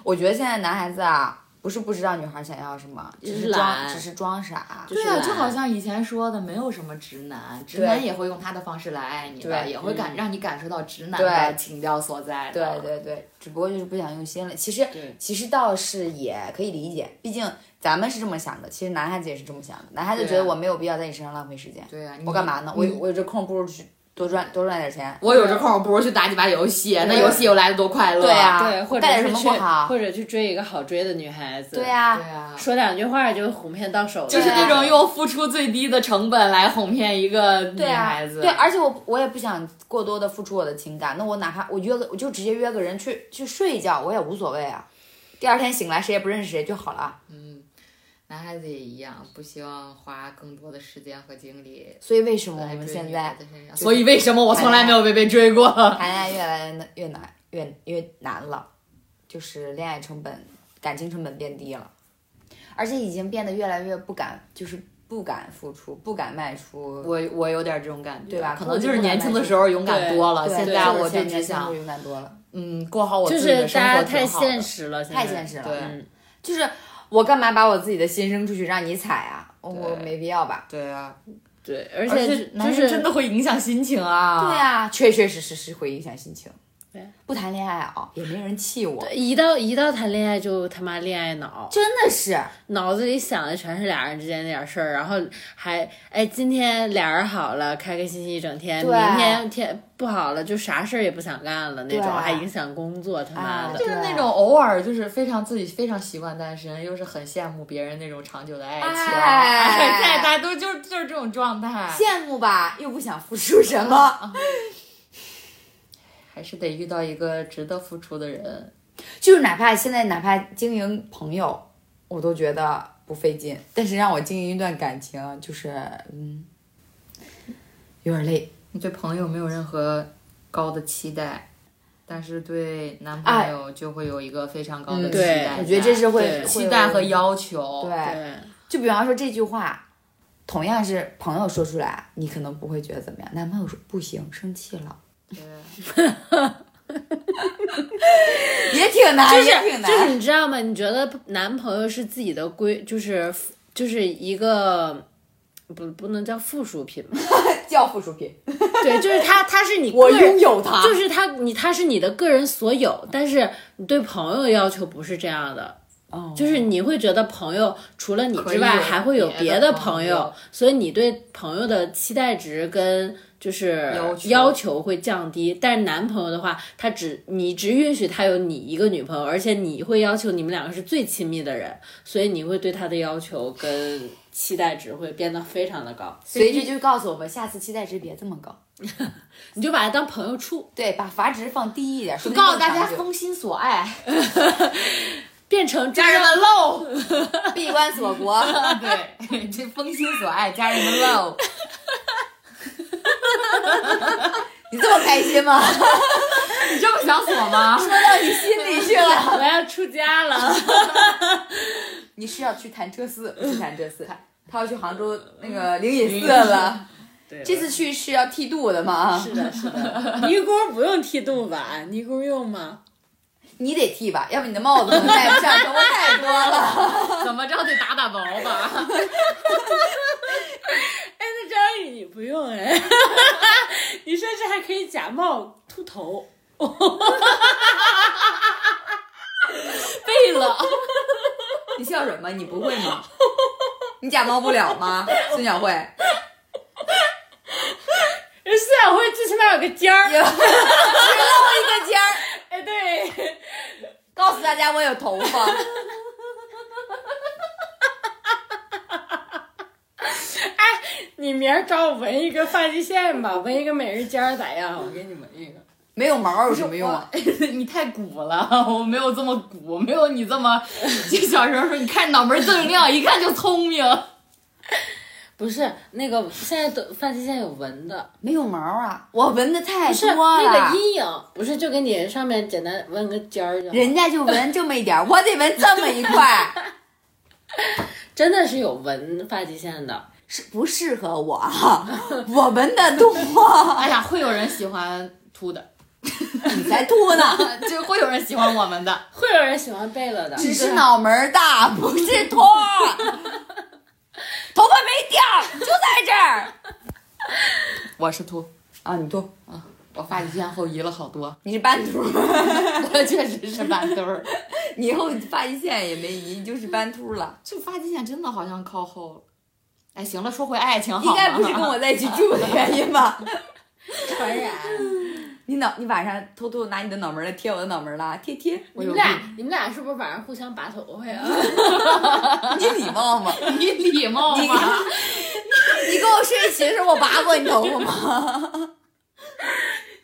[SPEAKER 2] 我觉得现在男孩子啊，不是不知道女孩想要什么，
[SPEAKER 5] 就是
[SPEAKER 2] 只是装，
[SPEAKER 5] 懒
[SPEAKER 2] 只是装傻。
[SPEAKER 5] 就是
[SPEAKER 4] 啊，
[SPEAKER 5] 懒
[SPEAKER 4] 就好像以前说的，没有什么直男，直男也会用他的方式来爱你的，
[SPEAKER 2] 对
[SPEAKER 4] 也会感、让你感受到直男
[SPEAKER 2] 对
[SPEAKER 4] 的情调所在
[SPEAKER 2] 对
[SPEAKER 4] 的。
[SPEAKER 2] 对对，只不过就是不想用心了。其实
[SPEAKER 5] 对
[SPEAKER 2] 其实倒是也可以理解，毕竟咱们是这么想的，其实男孩子也是这么想的。男孩子
[SPEAKER 4] 对啊
[SPEAKER 2] 觉得我没有必要在你身上浪费时间，
[SPEAKER 4] 对
[SPEAKER 5] 嗯
[SPEAKER 4] 啊，你啊
[SPEAKER 2] 我干？嘛呢？我
[SPEAKER 4] 你
[SPEAKER 2] 我有这空不如去多赚多赚点钱。
[SPEAKER 4] 我有这空，不如去打几把游戏，那游戏又来的多快乐。
[SPEAKER 2] 对啊
[SPEAKER 5] 对，或者
[SPEAKER 2] 干点
[SPEAKER 5] 是
[SPEAKER 2] 什么
[SPEAKER 5] 去
[SPEAKER 2] 不好
[SPEAKER 5] 或者去追一个好追的女孩子，
[SPEAKER 2] 对呀、
[SPEAKER 4] 对啊，
[SPEAKER 5] 说两句话就哄骗到手了，
[SPEAKER 4] 就是那
[SPEAKER 2] 对啊
[SPEAKER 4] 种用付出最低的成本来哄骗一个女
[SPEAKER 2] 对啊
[SPEAKER 4] 孩，子。
[SPEAKER 2] 对，而且我我也不想过多的付出我的情感，那我哪怕我约个，我就直接约个人去去睡一觉，我也无所谓啊。第二天醒来谁也不认识谁就好了。
[SPEAKER 4] 嗯，男孩子也一样，不希望花更多的时间和精力
[SPEAKER 2] 所以为什么我们现在
[SPEAKER 4] 所以为什么我从来没有被被追过？
[SPEAKER 5] 啊
[SPEAKER 2] 谈恋爱越来越越难越越难了，就是恋爱成本、感情成本变低了，而且已经变得越来越不敢，就是不敢付出，不敢迈出，
[SPEAKER 4] 我我有点这种感觉，
[SPEAKER 2] 对吧
[SPEAKER 4] 可能就是年轻的时候勇敢多了，
[SPEAKER 2] 对
[SPEAKER 4] 现
[SPEAKER 2] 对
[SPEAKER 4] 在
[SPEAKER 2] 就是
[SPEAKER 4] 我就
[SPEAKER 2] 现
[SPEAKER 4] 只
[SPEAKER 2] 在相
[SPEAKER 4] 想
[SPEAKER 2] 对，勇敢多了，
[SPEAKER 4] 嗯，过好我
[SPEAKER 5] 就
[SPEAKER 4] 自己
[SPEAKER 5] 是
[SPEAKER 4] 的生
[SPEAKER 5] 大
[SPEAKER 4] 活
[SPEAKER 5] 家太
[SPEAKER 4] 挺好
[SPEAKER 5] 现
[SPEAKER 4] 的。
[SPEAKER 5] 实了，现在
[SPEAKER 2] 太现实了。
[SPEAKER 4] 对
[SPEAKER 5] 嗯，
[SPEAKER 2] 就是我干嘛把我自己的心扔出去让你踩啊？我
[SPEAKER 4] 对
[SPEAKER 2] 没必要吧？
[SPEAKER 4] 对啊，
[SPEAKER 5] 对，而
[SPEAKER 4] 而
[SPEAKER 5] 且
[SPEAKER 4] 且
[SPEAKER 5] 就
[SPEAKER 4] 男生
[SPEAKER 5] 是
[SPEAKER 4] 真的会影响心情啊。
[SPEAKER 2] 对啊，确确实实是会影响心情
[SPEAKER 5] 对。
[SPEAKER 2] 不谈恋爱啊、也没人气我，
[SPEAKER 5] 一到一到谈恋爱就他妈恋爱脑，
[SPEAKER 2] 真的是
[SPEAKER 5] 脑子里想的全是俩人之间那点事儿，然后还哎今天俩人好了，开开心心一整天，
[SPEAKER 2] 对
[SPEAKER 5] 明天天不好了就啥事儿也不想干了那种，
[SPEAKER 2] 对
[SPEAKER 5] 还影响工作，他妈
[SPEAKER 2] 啊
[SPEAKER 5] 的
[SPEAKER 4] 就。是那种偶尔就是非常自己非常习惯单身，又是很羡慕别人那种长久的爱情，
[SPEAKER 2] 哎
[SPEAKER 4] 在大家都就是就是这种状态，
[SPEAKER 2] 羡慕吧，又不想付出什么。
[SPEAKER 4] 还是得遇到一个值得付出的人。
[SPEAKER 2] 就是哪怕现在哪怕经营朋友，我都觉得不费劲，但是让我经营一段感情，就是嗯，有点累。
[SPEAKER 4] 你对朋友没有任何高的期待，但是对男朋友就会有一个非常高的
[SPEAKER 2] 哎嗯
[SPEAKER 4] 期待
[SPEAKER 5] 对
[SPEAKER 4] 在。
[SPEAKER 2] 我觉得这是
[SPEAKER 5] 对
[SPEAKER 2] 会
[SPEAKER 4] 期待和
[SPEAKER 2] 要
[SPEAKER 4] 要求。
[SPEAKER 2] 对，
[SPEAKER 5] 对，
[SPEAKER 2] 就比方说这句话。同样是朋友说出来，你可能不会觉得怎么样。男朋友说不行，生气了，
[SPEAKER 4] 对
[SPEAKER 2] 也挺难，
[SPEAKER 5] 就是
[SPEAKER 2] 也挺难。
[SPEAKER 5] 就是你知道吗？你觉得男朋友是自己的规，就是就是一个不不能叫附属品吧？
[SPEAKER 2] 叫附属品，
[SPEAKER 5] 对，就是它，它是你
[SPEAKER 2] 我
[SPEAKER 5] 个人
[SPEAKER 2] 拥有
[SPEAKER 4] 啊
[SPEAKER 2] 它，
[SPEAKER 5] 就是他，你他是你的个人所有，但是你对朋友的要求不是这样的，
[SPEAKER 4] 哦
[SPEAKER 5] 就是你会觉得朋友除了你
[SPEAKER 4] 可以
[SPEAKER 5] 之外
[SPEAKER 4] 有
[SPEAKER 5] 还会有
[SPEAKER 4] 别
[SPEAKER 5] 别
[SPEAKER 4] 的
[SPEAKER 5] 的
[SPEAKER 4] 朋
[SPEAKER 5] 朋
[SPEAKER 4] 友
[SPEAKER 5] 友，所以你对朋友的期待值跟就是
[SPEAKER 4] 要求
[SPEAKER 5] 要求会降低。但是男朋友的话，他只你只允许他有你一个女朋友，而且你会要求你们两个是最亲密的人，所以你会对他的要求跟期待值会变得非常的高，
[SPEAKER 2] 所以这就告诉我们，下次期待值别这么高，
[SPEAKER 5] 你就把他当朋友处。
[SPEAKER 2] 对，把阀值放低一点。说不定
[SPEAKER 4] 告诉大
[SPEAKER 2] 更
[SPEAKER 4] 家
[SPEAKER 2] 长久
[SPEAKER 4] 封心所爱，
[SPEAKER 5] 变成
[SPEAKER 4] 家人们喽！
[SPEAKER 2] 闭关锁 国，
[SPEAKER 4] 对，这封心所爱，家人们喽！
[SPEAKER 2] 你这么开心 吗？
[SPEAKER 4] 你这么想锁吗？
[SPEAKER 2] 心里去了。
[SPEAKER 5] 我要出家 了。
[SPEAKER 2] 你是要去潭柘寺，不是潭柘寺，他要去杭州那个灵隐寺了。
[SPEAKER 5] 对
[SPEAKER 2] 这次去是要剃度的吗？
[SPEAKER 5] 是的，是的，尼姑不用剃度吧？尼姑用吗？
[SPEAKER 2] 你得剃吧，要不你的帽子可能戴不上，头发太多了。
[SPEAKER 4] 怎么着得打打薄 吧？
[SPEAKER 5] 哎，那张宇你不用哎， 你甚至还可以假冒秃 头。
[SPEAKER 4] 废了，
[SPEAKER 2] 你笑什么？你不会吗？你假冒不了吗？孙小 慧，
[SPEAKER 5] 人孙小慧最起码有个尖儿。
[SPEAKER 2] 有 只露一个尖儿。
[SPEAKER 5] 哎，对，
[SPEAKER 2] 告诉大家我有头发，
[SPEAKER 5] 你明儿找我纹一个发际线 吧，纹一个每日尖儿咋样？我给你纹一个。
[SPEAKER 2] 没有毛有什么用啊？
[SPEAKER 4] 你太古了，我没有这么古，没有你这么。就小时候说，你看脑门锃亮，一看就聪明。
[SPEAKER 5] 不是那个，现在都发际线有纹的，
[SPEAKER 2] 没有毛啊！我纹的太
[SPEAKER 5] 不是
[SPEAKER 2] 多了。
[SPEAKER 5] 那个阴影，不是就给你上面简单纹个尖儿就好
[SPEAKER 2] 人家就纹这么一点儿，我得纹这么一 块，
[SPEAKER 5] 真的是有纹发际线的，
[SPEAKER 2] 是不适合我，啊我纹的多，
[SPEAKER 4] 哎呀，会有人喜欢秃的，
[SPEAKER 2] 你才秃呢。
[SPEAKER 4] 就会有人喜欢我们的。
[SPEAKER 5] 会有人喜欢贝勒的。
[SPEAKER 2] 只是脑门儿大，不是秃，头发没掉，就在这儿。
[SPEAKER 4] 我是秃，
[SPEAKER 2] 啊，你秃，
[SPEAKER 4] 我发际线后移了好多，
[SPEAKER 2] 你是斑秃，
[SPEAKER 4] 我 确实是半兜儿。
[SPEAKER 2] 你以后发际线也没移，你就是斑秃了。
[SPEAKER 4] 这发际线真的好像靠后了。哎，行了，说回爱情好吗
[SPEAKER 2] 应该不是跟我在一起住的原因吧？
[SPEAKER 5] 传染。
[SPEAKER 2] 你脑，你晚上偷偷拿你的脑门儿来贴我的脑门儿啦，贴贴，
[SPEAKER 4] 我
[SPEAKER 5] 你
[SPEAKER 4] 有病
[SPEAKER 5] 们俩，你们俩是不是晚上互相拔头发 呀？
[SPEAKER 2] 你礼貌 吗？
[SPEAKER 4] 你礼貌
[SPEAKER 2] 你
[SPEAKER 4] 吗？
[SPEAKER 2] 你跟我睡一起的时候，我拔过你头发吗？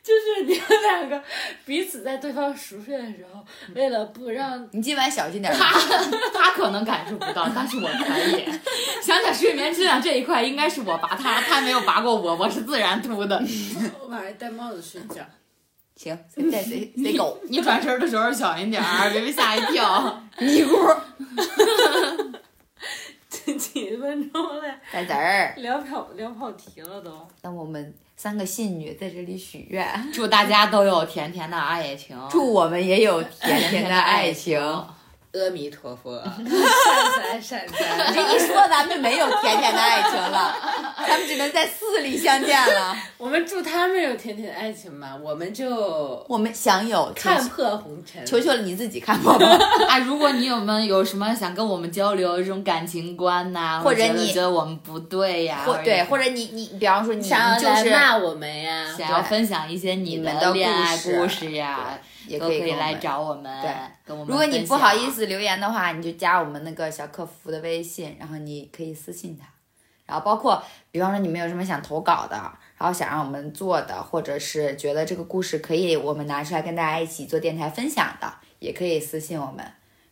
[SPEAKER 5] 就是你们两个彼此在对方熟睡的时候，为了不让
[SPEAKER 2] 你今晚小心点儿。
[SPEAKER 4] 他可能感受不到，但是我可以。想想睡眠质量这一块，应该是我拔他，他没有拔过我，我是自然秃的。
[SPEAKER 5] 晚上呃戴帽子睡觉，
[SPEAKER 2] 行，谁带谁谁狗，
[SPEAKER 4] 你转身的时候小心点儿，别被吓一跳。
[SPEAKER 2] 尼姑，
[SPEAKER 5] 几分钟了，
[SPEAKER 2] 带子儿。
[SPEAKER 5] 聊跑聊跑题了都。
[SPEAKER 2] 那我们三个信女在这里许愿，
[SPEAKER 4] 祝大家都有甜甜的爱情，
[SPEAKER 2] 祝我们也有甜甜的爱情。
[SPEAKER 4] 阿弥陀佛。
[SPEAKER 5] 善哉善哉，
[SPEAKER 2] 这一说，咱们没有甜甜的爱情了，咱们只能在寺里相见了。
[SPEAKER 5] 我们祝他们有甜甜的爱情吧，我们就
[SPEAKER 2] 我们享有，求
[SPEAKER 5] 看破红尘。
[SPEAKER 2] 求求你自己看吧，吧
[SPEAKER 4] 啊，如果你有们有什么想跟我们交流这种感情观呐、
[SPEAKER 2] 或者
[SPEAKER 4] 觉得
[SPEAKER 2] 你
[SPEAKER 4] 觉得我们不对呀、
[SPEAKER 2] 或对，或
[SPEAKER 4] 者
[SPEAKER 2] 者你你，比方说你你
[SPEAKER 5] 想
[SPEAKER 2] 就
[SPEAKER 5] 要来
[SPEAKER 2] 是
[SPEAKER 5] 骂我们呀？
[SPEAKER 4] 想要
[SPEAKER 2] 对
[SPEAKER 4] 分享一些你
[SPEAKER 2] 们的
[SPEAKER 4] 的恋爱
[SPEAKER 2] 故事
[SPEAKER 4] 故事呀、
[SPEAKER 2] 也
[SPEAKER 4] 都
[SPEAKER 2] 可以
[SPEAKER 4] 可
[SPEAKER 2] 跟
[SPEAKER 4] 以
[SPEAKER 2] 我
[SPEAKER 4] 来
[SPEAKER 2] 们
[SPEAKER 4] 找我们，
[SPEAKER 2] 对
[SPEAKER 4] 跟我们。啊
[SPEAKER 2] 如果你不好意，思留言的话，你就加我们那个小客服的微信，然后你可以私信他。然后包括，比方说你们有什么想投稿的，然后想让我们做的，或者是觉得这个故事可以我们拿出来跟大家一起做电台分享的，也可以私信我们。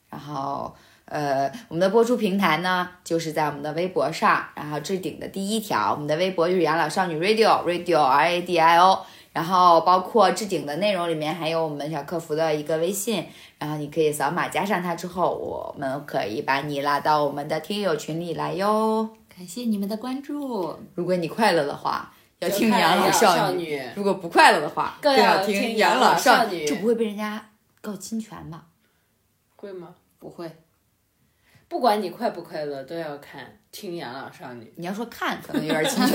[SPEAKER 2] 然后，呃，我们的播出平台呢，就是在我们的微博上，然后置顶的第一条，我们的微博就是养老少女 Radio Radio R A D I O。然后包括置顶的内容里面还有我们小客服的一个微信，然后你可以扫码加上他之后，我们可以把你拉到我们的听友群里来哟。
[SPEAKER 4] 感谢你们的关注，
[SPEAKER 2] 如果你快乐的话，要
[SPEAKER 5] 就
[SPEAKER 2] 听
[SPEAKER 5] 看
[SPEAKER 2] 养
[SPEAKER 5] 养
[SPEAKER 2] 老
[SPEAKER 5] 老
[SPEAKER 2] 少
[SPEAKER 5] 少
[SPEAKER 2] 女；
[SPEAKER 5] 女
[SPEAKER 2] 如果不快乐的话，
[SPEAKER 5] 更要
[SPEAKER 2] 要
[SPEAKER 5] 听
[SPEAKER 2] 养
[SPEAKER 5] 养老
[SPEAKER 2] 少
[SPEAKER 5] 少女
[SPEAKER 2] 这不会被人家告侵权吧？
[SPEAKER 5] 会吗？
[SPEAKER 4] 不会，
[SPEAKER 5] 不管你快不快乐，都要看。听养老少女。
[SPEAKER 2] 你要说看，可能有点 侵权。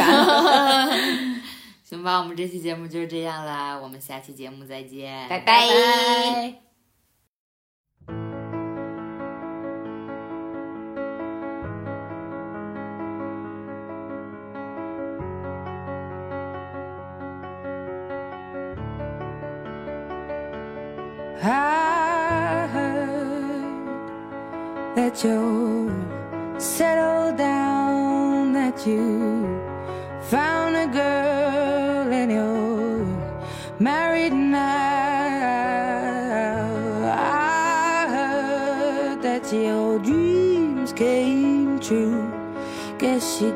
[SPEAKER 4] 行吧，我们这期节目就是这样啦，我们下期节目再见，
[SPEAKER 2] 拜拜。
[SPEAKER 6] I heard that you settled down, that you found a girl and you're married now. I heard that your dreams came true. Guess she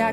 [SPEAKER 6] I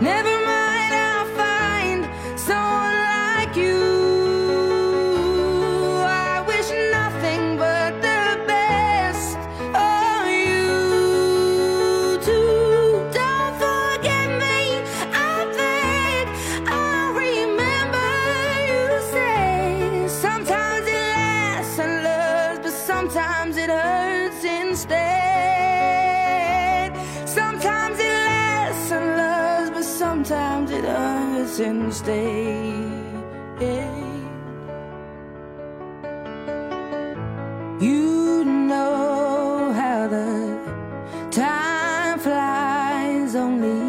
[SPEAKER 6] Never mind, I'll find someone like you. I wish nothing but the best of you too. Don't forget me. I think I'll remember you say sometimes it lasts and loves, but sometimes it hurts instead. Sometimes it lasts and loves, but sometimes it hurts instead. You know how the time flies, only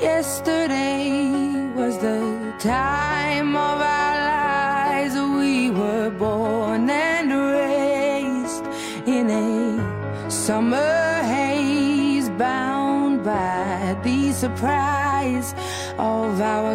[SPEAKER 6] Yesterday was the time of our lives. We were born and raised in a summer haze, bound by the surprise of our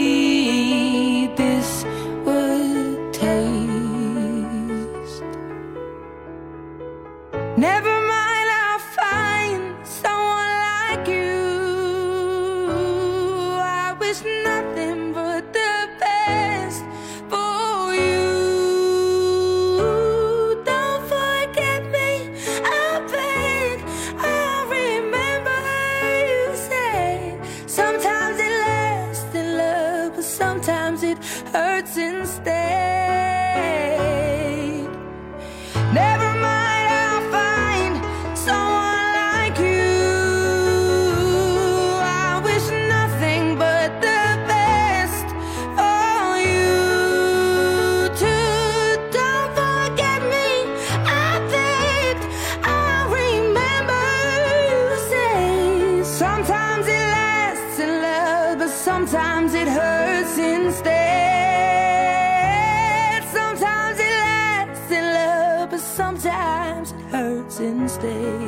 [SPEAKER 6] bittersweet this would taste? Never mind, I'll find someone like you. I wish nothing but the best for you. Don't forget me, I beg. I'll remember you say. Sometimes it lasts in love, but sometimes it hurts instead. Never mind, I'll find someone like you. I wish nothing but the best for you too. Don't forget me. I think I'll remember you say sometimes it lasts in love, but sometimes it hurts instead. Sometimes it lasts in love, but sometimes it hurts instead.